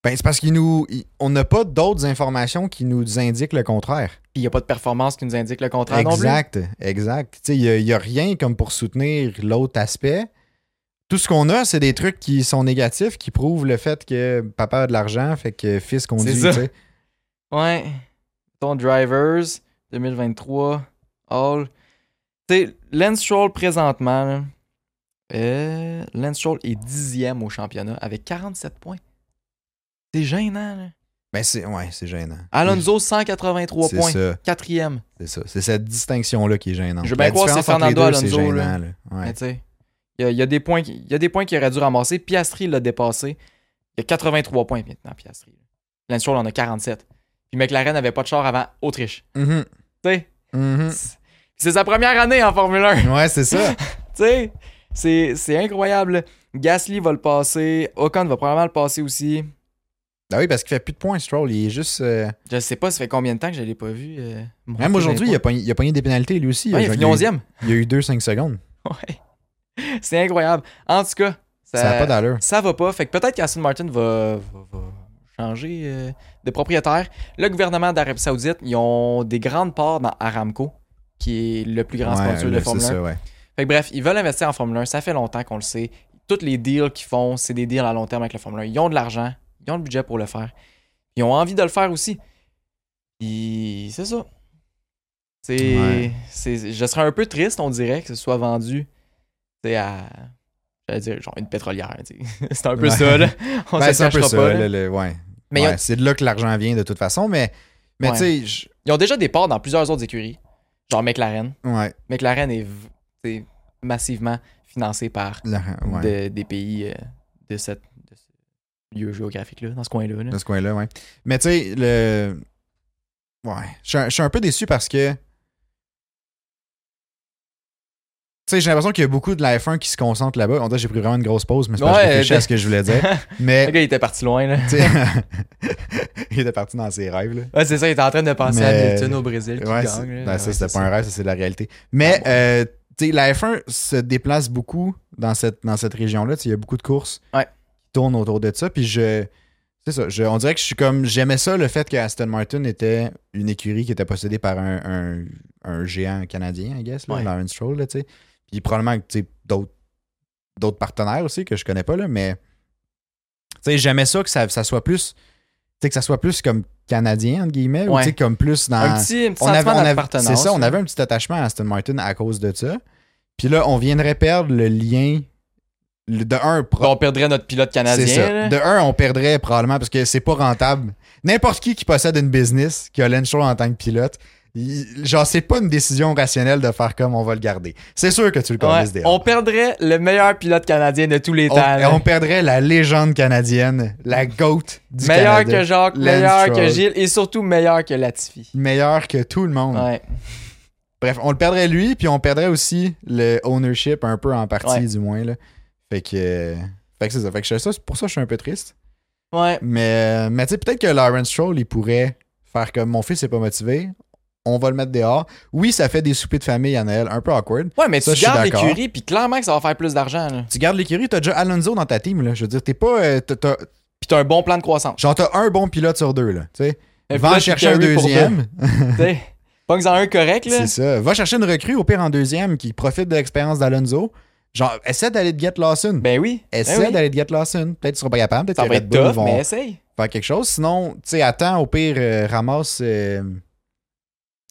Ben, c'est parce qu'il nous. il- On n'a pas d'autres informations qui nous indiquent le contraire.
Puis il n'y a pas de performance qui nous indique le contraire non plus.
Exact, exact. Tu sais, il n'y a, rien comme pour soutenir l'autre aspect. Tout ce qu'on a, c'est des trucs qui sont négatifs, qui prouvent le fait que papa a de l'argent, fait que fils qu'on
C'est
dit.
ça.
t'sais.
Ouais. Ton Drivers 2023, All. Tu sais, Lance Stroll présentement, là, euh, Lance Stroll est dixième au championnat avec 47 points. C'est gênant, là.
Ben, c'est ouais, c'est gênant.
Alonso, 183
c'est
points.
ça.
Quatrième.
C'est ça. C'est cette distinction-là qui est gênante.
Je veux bien
La
croire que c'est
différence entre les
Fernando
deux, c'est
Alonso,
gênant, là. Ouais.
Mais tu sais, il y a, il y a des points qui- il y a des points qu'il aurait dû ramasser. Piastri l'a dépassé. Il a 83 points maintenant, Piastri. Lance Stroll en a 47. Puis McLaren n'avait pas de char avant Autriche.
Mhm,
Tu sais,
mhm.
c'est- c'est sa première année en Formule 1.
mm-hmm. Ouais, c'est ça.
Tu sais, c'est c'est incroyable. Gasly va le passer. Ocon va probablement le passer aussi.
Ah oui, parce qu'il fait plus de points, Stroll. Il est juste. euh,
Je sais pas, ça fait combien de temps que je l'ai pas vu. euh, monter
Même
dans
aujourd'hui,
les
il a, pogné, il a pogné des pénalités, lui aussi.
points. Ouais, il
a
est fini
joué-
11e.
il a eu 2-5 secondes.
Ouais. C'est incroyable. En tout cas, ça,
Ça n'a pas d'allure.
ça va pas. Fait que peut-être qu'Aston Martin va, va- va changer euh, de propriétaire. Le gouvernement d'Arabie Saoudite, ils ont des grandes parts dans Aramco, qui est le plus grand
Ouais,
sponsor
là,
de
c'est
Formule 1.
ça, ouais.
Fait que bref, ils veulent investir en Formule 1, ça fait longtemps qu'on le sait. Tous les deals qu'ils font, c'est des deals à long terme avec la Formule 1. Ils ont de l'argent, ils ont le budget pour le faire. Ils ont envie de le faire aussi. Puis c'est ça. C'est,
Ouais.
c'est- je serais un peu triste, on dirait, que ce soit vendu tu sais, à. J'allais dire, genre une pétrolière. tu sais. c'est un peu
Ouais.
ça, là. On
Ben,
se
c'est
le
un peu
cachera
ça.
pas. là.
le- le- ouais.
Mais
Ouais,
ils, ont,
C'est de là que l'argent vient de toute façon, mais, mais
Ouais.
tu sais, je-
ils ont déjà des parts dans plusieurs autres écuries, genre McLaren.
ouais,
McLaren est v- tu sais, massivement financé par
là, ouais,
de- des pays euh, de, cette, de ce lieu géographique-là, dans ce coin-là. là.
de ce coin-là, ouais. Mais tu sais, le... Ouais, je suis un- je suis un peu déçu parce que... Tu sais, j'ai l'impression qu'il y a beaucoup de la F1 qui se concentre là-bas. On dirait que j'ai pris vraiment une grosse pause, mais c'est parce que
Ouais,
je réfléchis à
ben-
ce que je voulais dire.
Le
Mais,
gars, il était parti loin. Là.
tu sais, il était parti dans ses rêves, là.
Ouais, c'est ça, il était en train de penser
Mais-
à Hamilton au Brésil qui
Ouais, c'est-
gagne. là.
ben,
Ouais,
ça,
c'est
c'était pas un rêve, ça, c'est de la réalité. Mais,
Ah bon.
euh, tu sais, la F1 se déplace beaucoup dans cette, dans cette région-là. Tu sais, Il y a beaucoup de courses
Ouais.
qui tournent autour de ça. Puis, je. C'est ça. je- on dirait que je suis comme. J'aimais ça, le fait que Aston Martin était une écurie qui était possédée par un, un- un géant canadien, I guess, là,
Ouais.
Lawrence Stroll, là, tu sais. Puis, probablement, que, tu sais, d'autres d'autres partenaires aussi que je connais pas, là, mais. Tu sais, j'aimais ça que ça, ça soit plus. Tu sais, que ça soit plus comme canadien, entre guillemets, ou
Ouais.
tu sais, comme plus dans.
Un petit, un petit
On avait-
sentiment
on avait-
d'appartenance.
C'est ça, on
là.
avait un petit attachement à Aston Martin à cause de ça. Puis là, on viendrait perdre le lien. le- de un, pro-
On perdrait notre pilote
c'est
canadien.
ça.
là.
De un, on perdrait probablement parce que c'est pas rentable. N'importe qui qui possède une business, qui a Lance Stroll en tant que pilote, il- genre, c'est pas une décision rationnelle de faire comme on va le garder. C'est sûr que tu le connais,
Ouais, on perdrait le meilleur pilote canadien de tous les temps. là.
on, perdrait la légende canadienne, la GOAT du
meilleur
Canada.
que Jacques,
Lance
meilleur
Stroll.
que Gilles et surtout meilleur que Latifi.
Meilleur que tout le monde.
Ouais.
Bref, on le perdrait lui, puis on perdrait aussi le ownership un peu en partie,
Ouais.
du moins. Là. Fait que. euh, Fait que c'est ça. Fait que je- ça, c'est pour ça que je suis un peu triste.
Ouais.
Mais, euh, mais tu sais, peut-être que Lawrence Stroll, il pourrait faire comme mon fils n'est pas motivé, on va le mettre dehors. Oui, ça fait des soupers de famille à Noël, un peu awkward.
Ouais, mais
Ça, je
tu
suis
gardes
d'accord.
l'écurie, puis clairement que ça va faire plus d'argent. là.
Tu gardes l'écurie, t'as déjà Alonso dans ta team, là. Je veux dire, t'es pas. euh, t'as- t'as-
Puis t'as un bon plan de croissance.
genre, t'as un bon pilote sur deux, là. Tu sais,
Un
va
pilote qui
chercher un
carry pour
deuxième.
deux, tu sais. Pogne-en un correct, là.
C'est ça. Va chercher une recrue, au pire en deuxième, qui profite de l'expérience d'Alonso. Genre, essaie d'aller de Get Lawson.
Ben oui. ben
Essaie
oui.
d'aller de Get Lawson. Peut-être qu'ils seront pas capables. Peut-être
Ça
que
va
Red
être
Bull
tough,
vont
mais essaye.
faire quelque chose. Sinon, tu sais, attends, au pire, euh, ramasse euh,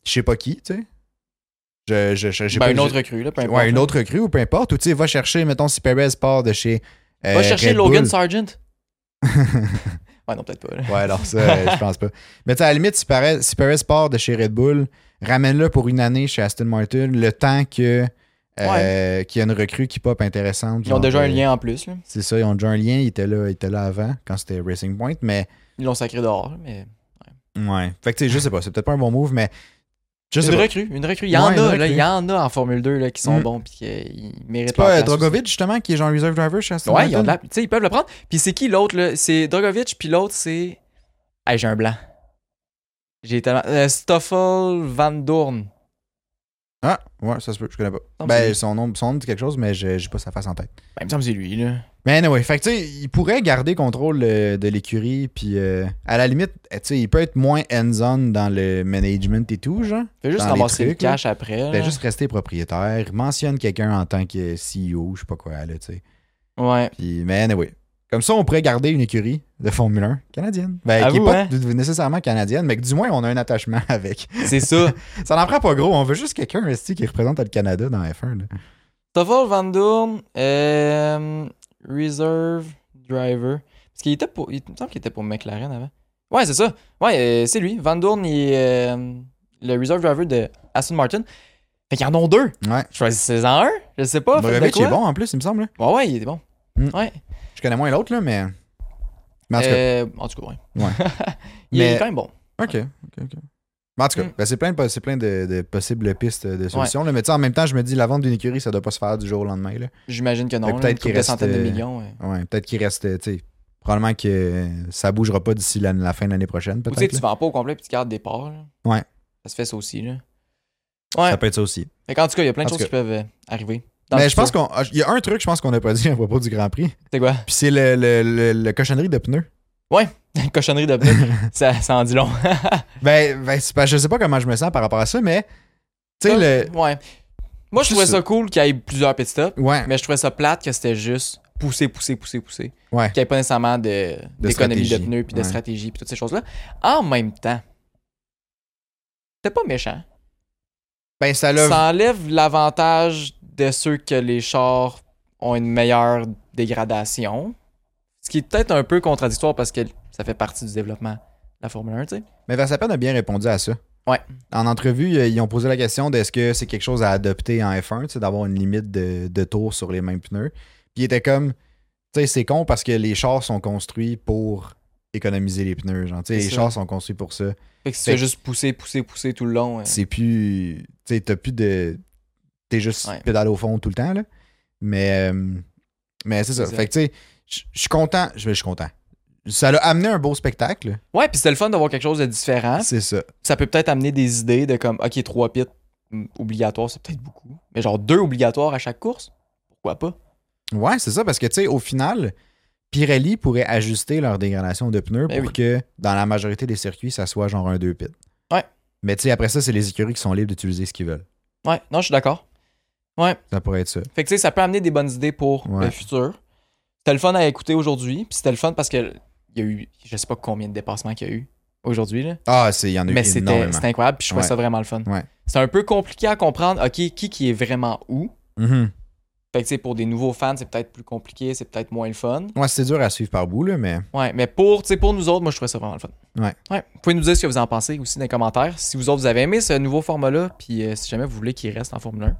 je sais pas qui, tu sais. Je, je, je- j'ai
Ben,
pas-
une autre
j'ai-
recrue, là, peu importe.
Ouais, une autre recrue ou peu importe. Ou tu sais, va chercher, mettons, si Perez part de chez. euh,
Va chercher
Red
Logan
Bull.
Sargent. ouais, non, peut-être pas. là.
Ouais, alors ça, euh, je pense pas. Mais tu sais, à la limite, si Perez, si Perez part de chez Red Bull, ramène-le pour une année chez Aston Martin, le temps que. euh, Qu'il y a une recrue qui pop intéressante.
Ils ont
genre,
déjà
euh,
un lien en plus. là.
C'est ça, ils ont déjà un lien. Ils étaient là, ils étaient là avant, quand c'était Racing Point, mais
Ils l'ont sacré dehors. Mais...
Ouais. Fait que tu sais, je sais pas, c'est peut-être pas un bon move, mais je sais
Une
pas.
recrue, une recrue. Il y en
Ouais, une
a,
recrue.
là, il y en a en Formule 2 là, qui sont
Mm.
bons puis qu'ils méritent
C'est pas
leur
euh,
place
Drogovic justement qui est genre reserve driver chez
aussi.
Aston
Ouais, ils, ont de
Martin?
la- tu sais, ils peuvent le prendre. Puis c'est qui l'autre là? C'est Drogovic, puis l'autre c'est. Hey, j'ai un blanc. J'ai tellement. euh, Stoffel Van Dorn.
Ah, ouais, ça se peut, je connais pas.
Non, c'est
ben,
lui.
son nom, son nom dit quelque chose, mais je- j'ai pas sa face en tête.
Ben, il me semble que c'est lui. Là.
Mais anyway, fait que tu sais, il pourrait garder contrôle euh, de l'écurie, puis euh, à la limite, euh, tu sais, il peut être moins hands-on dans le management et tout, genre.
Fait juste
Dans les
ramasser le
trucs, là.
cash après. là.
Ben, juste rester propriétaire, mentionne quelqu'un en tant que CEO, je sais pas quoi, là, tu sais.
Ouais.
Puis, mais anyway. Comme ça, on pourrait garder une écurie de Formule 1 canadienne. Ben,
À
qui n'est
vous,
pas
hein?
nécessairement canadienne, mais que du moins, on a un attachement avec.
C'est ça.
Ça n'en prend pas gros. On veut juste quelqu'un esti, qui représente le Canada dans F1. là.
Stoffel Van Dorn, euh, Reserve Driver. Parce qu'il était pour. Il me semble qu'il était pour McLaren avant. Ouais, c'est ça. Ouais, euh, c'est lui. Van Dorn, il est euh, le Reserve Driver de Aston Martin. Fait qu'ils en ont deux.
Ouais. Bah,
Choisissez-en un. Je sais pas. faites de
Drogovic
quoi.
est bon en plus, il me semble. là.
Ouais, ouais, il est bon.
Mm.
Ouais.
Je connais moins l'autre, là, mais. Mais en tout cas,
Euh, en tout cas, ouais.
Ouais.
il
Mais-
est quand même bon.
OK, OK, OK. Mais en tout cas,
Mm.
ben, c'est plein, de, c'est plein de, de possibles pistes de solutions. là. Mais tu sais, en même temps, je me dis, la vente d'une écurie, ça doit pas se faire du jour au lendemain. Là.
J'imagine que non.
Mais
là,
peut-être
une couple
qu'il
de centaines de
reste, euh,
millions. ouais.
Ouais, peut-être qu'il reste, euh, tu sais, probablement que euh, ça bougera pas d'ici la, la fin de l'année prochaine,
Ou tu sais,
peut-être.
tu
là.
vends pas au complet puis tu gardes des parts. là.
Ouais.
Ça se fait ça aussi. Là. Ouais.
Ça peut être ça aussi.
Fait qu'en tout cas, il y a plein de
En tout
choses qui peuvent euh, arriver. Dans le
Mais je pense
futur.
qu'on. ah, Il y a un truc, je pense qu'on a pas dit à propos du Grand Prix.
C'est quoi
Puis c'est le, le, le- le cochonnerie de pneus.
Une cochonnerie de pneus. ça, ça en dit long.
Ben, ben, c'est pas- je sais pas comment je me sens par rapport à ça, mais. Tu sais, le.
Ouais. Moi, je trouvais
Juste-
ça cool qu'il y ait plusieurs pit stops,
Ouais,
mais je trouvais ça plate que c'était juste pousser, pousser, pousser, pousser.
ouais.
Qu'il n'y ait pas nécessairement de-
De
d'économie de,
stratégie.
pneus, puis de
Ouais.
stratégie, puis toutes ces choses-là. En même temps, c'était pas méchant.
Ben, ça l'a.
Ça enlève l'avantage de ceux que les chars ont une meilleure dégradation. Ce qui est peut-être un peu contradictoire parce que ça fait partie du développement de la Formule 1, tu sais.
Mais Verstappen a bien répondu à ça.
Ouais.
En entrevue, euh, ils ont posé la question de est-ce que c'est quelque chose à adopter en F1, tu sais, d'avoir une limite de, de tours sur les mêmes pneus. Puis il était comme, tu sais, c'est con parce que les chars sont construits pour économiser les pneus. Genre, tu sais,
C'est
les
ça.
chars sont construits pour ça.
Fait que si tu
Fait
fais
que-
juste pousser, pousser, pousser tout le long. euh,
C'est plus, tu sais, t'as plus de, t'es juste
Ouais.
pédale au fond tout le temps là. Mais, euh, mais c'est ça.
Exact.
Fait que tu sais, je je suis content. Je je suis content. Ça l'a amené un beau spectacle.
Ouais, puis c'était le fun d'avoir quelque chose de différent.
C'est ça.
Ça peut peut-être amener des idées de comme, ok, trois pits mm, obligatoires, c'est peut-être beaucoup. Mais genre deux obligatoires à chaque course, pourquoi pas?
Ouais, c'est ça, parce que tu sais, au final, Pirelli pourrait ajuster leur dégradation de pneus
Ben
pour
oui.
que dans la majorité des circuits, ça soit genre un 2 pit.
Ouais.
Mais tu sais, après ça, c'est les écuries qui sont libres d'utiliser ce qu'ils veulent.
Ouais, non, je suis d'accord.
Ça pourrait être ça.
Fait que tu sais, ça peut amener des bonnes idées pour
Ouais.
le futur. C'était le fun à écouter aujourd'hui, puis c'était le fun parce que il y a eu, je sais pas combien de dépassements qu'il y a eu aujourd'hui, là.
Ah, c'est- il y en a eu
mais c'était
énormément.
c'était incroyable, puis je trouvais
Ouais.
ça vraiment le fun.
Ouais.
C'est un peu compliqué à comprendre, ok, qui qui est vraiment où.
Mhm.
Fait que tu sais, pour des nouveaux fans, c'est peut-être plus compliqué, c'est peut-être moins le fun.
Ouais, c'est dur à suivre par bout, là, mais
Ouais, mais pour, tu sais, pour nous autres, moi, je trouvais ça vraiment le fun.
Ouais.
Vous pouvez nous dire ce que vous en pensez aussi dans les commentaires. Si vous autres, vous avez aimé ce nouveau format-là, puis euh, si jamais vous voulez qu'il reste en Formule 1.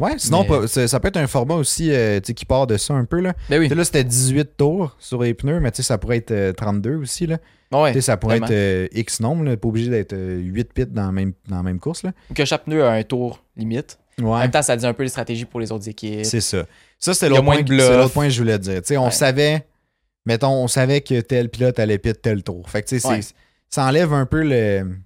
ouais, sinon,
Mais-
pas- ça ça peut être un format aussi euh, tu sais, qui part de ça un peu. Là,
Ben
Tu
oui.
sais, là c'était 18 tours sur les pneus, mais tu sais, ça pourrait être euh, 32 aussi. Là.
Ouais.
Tu sais, ça pourrait
tellement.
être euh, X nombre, là, pas obligé d'être 8 pits dans la même, dans la même course. Là.
Ou que chaque pneu a un tour limite. En
Ouais.
même temps, ça dit un peu les stratégies pour les autres équipes.
C'est ça. Ça, c'était
Il y a
l'autre
moins
point,
de
que-
bluff.
c'est l'autre point que je voulais dire. Tu sais, on
Ouais.
savait, mettons, on savait que tel pilote allait pit tel tour. Fait que, tu sais,
Ouais.
c'est- ça enlève un peu le-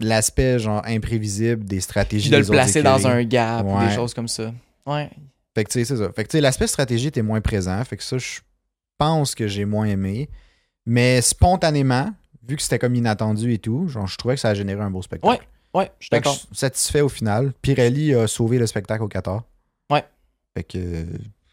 l'aspect, genre, imprévisible des stratégies
Puis de le
des autres
placer dans
écuries.
un gap ou
Ouais.
des choses comme ça. Ouais.
Fait que, tu sais, c'est ça. Fait que, tu sais, l'aspect stratégie était moins présent. Fait que ça, je pense que j'ai moins aimé. Mais spontanément, vu que c'était comme inattendu et tout, genre, je trouvais que ça a généré un beau spectacle.
Ouais, je suis
Fait que
d'accord.
je suis satisfait au final. Pirelli a sauvé le spectacle au 14.
Ouais.
Fait que euh,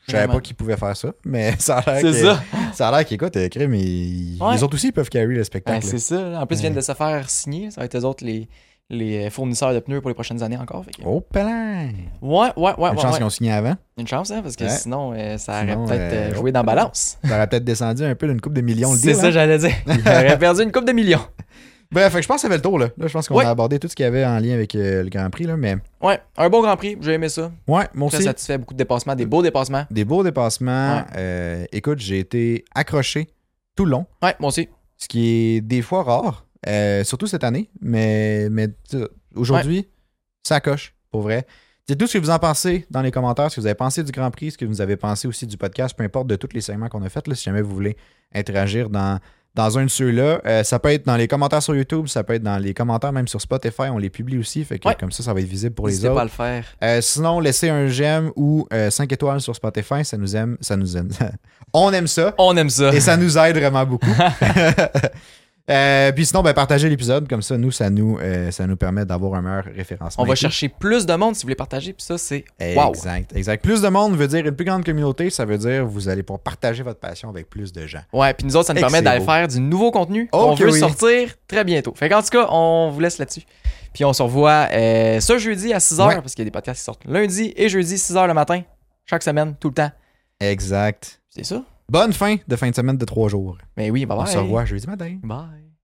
je savais
Vraiment.
pas qu'il pouvait faire ça, mais ça a l'air
C'est
que-
ça.
ça a l'air qu'écoute, euh, crime, ils-
Ouais.
les autres aussi ils peuvent carry le
Ben,
spectacle.
c'est ça. là. En plus, ils
Ouais.
viennent de se faire signer. Ça va être eux autres les, les fournisseurs de pneus pour les prochaines années encore. Fait que-
oh, plein!
Ouais, ouais, ouais.
Une
ouais,
chance
ouais.
qu'ils ont signé avant.
Une chance, hein, parce que
Ouais.
sinon, euh, ça aurait
Sinon,
peut-être
euh,
euh, joué dans
hop.
balance.
Ça aurait peut-être descendu un peu d'une coupe de millions le
C'est
deal,
ça,
hein.
j'allais dire. Il aurait perdu une coupe de millions.
Bref, Ben, fait que je pense que ça fait le tour. Là, Là, je pense qu'on
Ouais.
a abordé tout ce qu'il y avait en lien avec euh, le Grand Prix. Là, mais
Ouais, un bon Grand Prix, j'ai aimé ça.
ouais, moi
Très
aussi,
satisfait, beaucoup de dépassements, des beaux dépassements.
des beaux dépassements.
Ouais.
Euh, écoute, j'ai été accroché tout le long.
Ouais, moi aussi.
ce qui est des fois rare, euh, surtout cette année, mais, mais tu sais, aujourd'hui, ça coche, pour vrai. Dites tout ce que vous en pensez dans les commentaires, ce que vous avez pensé du Grand Prix, ce que vous avez pensé aussi du podcast, peu importe de tous les segments qu'on a fait, là, si jamais vous voulez interagir dans, dans un de ceux-là. Euh, ça peut être dans les commentaires sur YouTube, ça peut être dans les commentaires même sur Spotify, on les publie aussi, fait que
Ouais.
comme ça, ça va être visible pour les
N'hésitez
autres.
pas à le faire.
Euh, sinon, laissez un j'aime ou 5 étoiles sur Spotify, ça nous aime, ça nous aime. on aime ça.
On aime ça.
Et ça nous aide vraiment beaucoup. Euh, puis sinon, ben, partagez l'épisode, comme ça, nous, ça nous, euh, ça nous permet d'avoir un meilleur référencement.
On va
et tout.
chercher plus de monde si vous voulez partager, puis ça, c'est wow.
Exact, exact. Plus de monde veut dire une plus grande communauté, ça veut dire vous allez pouvoir partager votre passion avec plus de gens.
Ouais, puis nous autres, ça nous
Et que
permet
c'est
d'aller
beau.
faire du nouveau contenu
Oh
qu'on
que
veut
oui.
sortir très bientôt. Fait qu'en tout cas, on vous laisse là-dessus. Puis on se revoit euh, ce jeudi à 6h,
Ouais.
parce qu'il y a des podcasts qui sortent lundi et jeudi, 6h le matin, chaque semaine, tout le temps.
Exact.
C'est ça.
Bonne fin de fin de semaine de trois jours.
Mais oui, bye
On
bye.
se revoit jeudi matin.
Bye.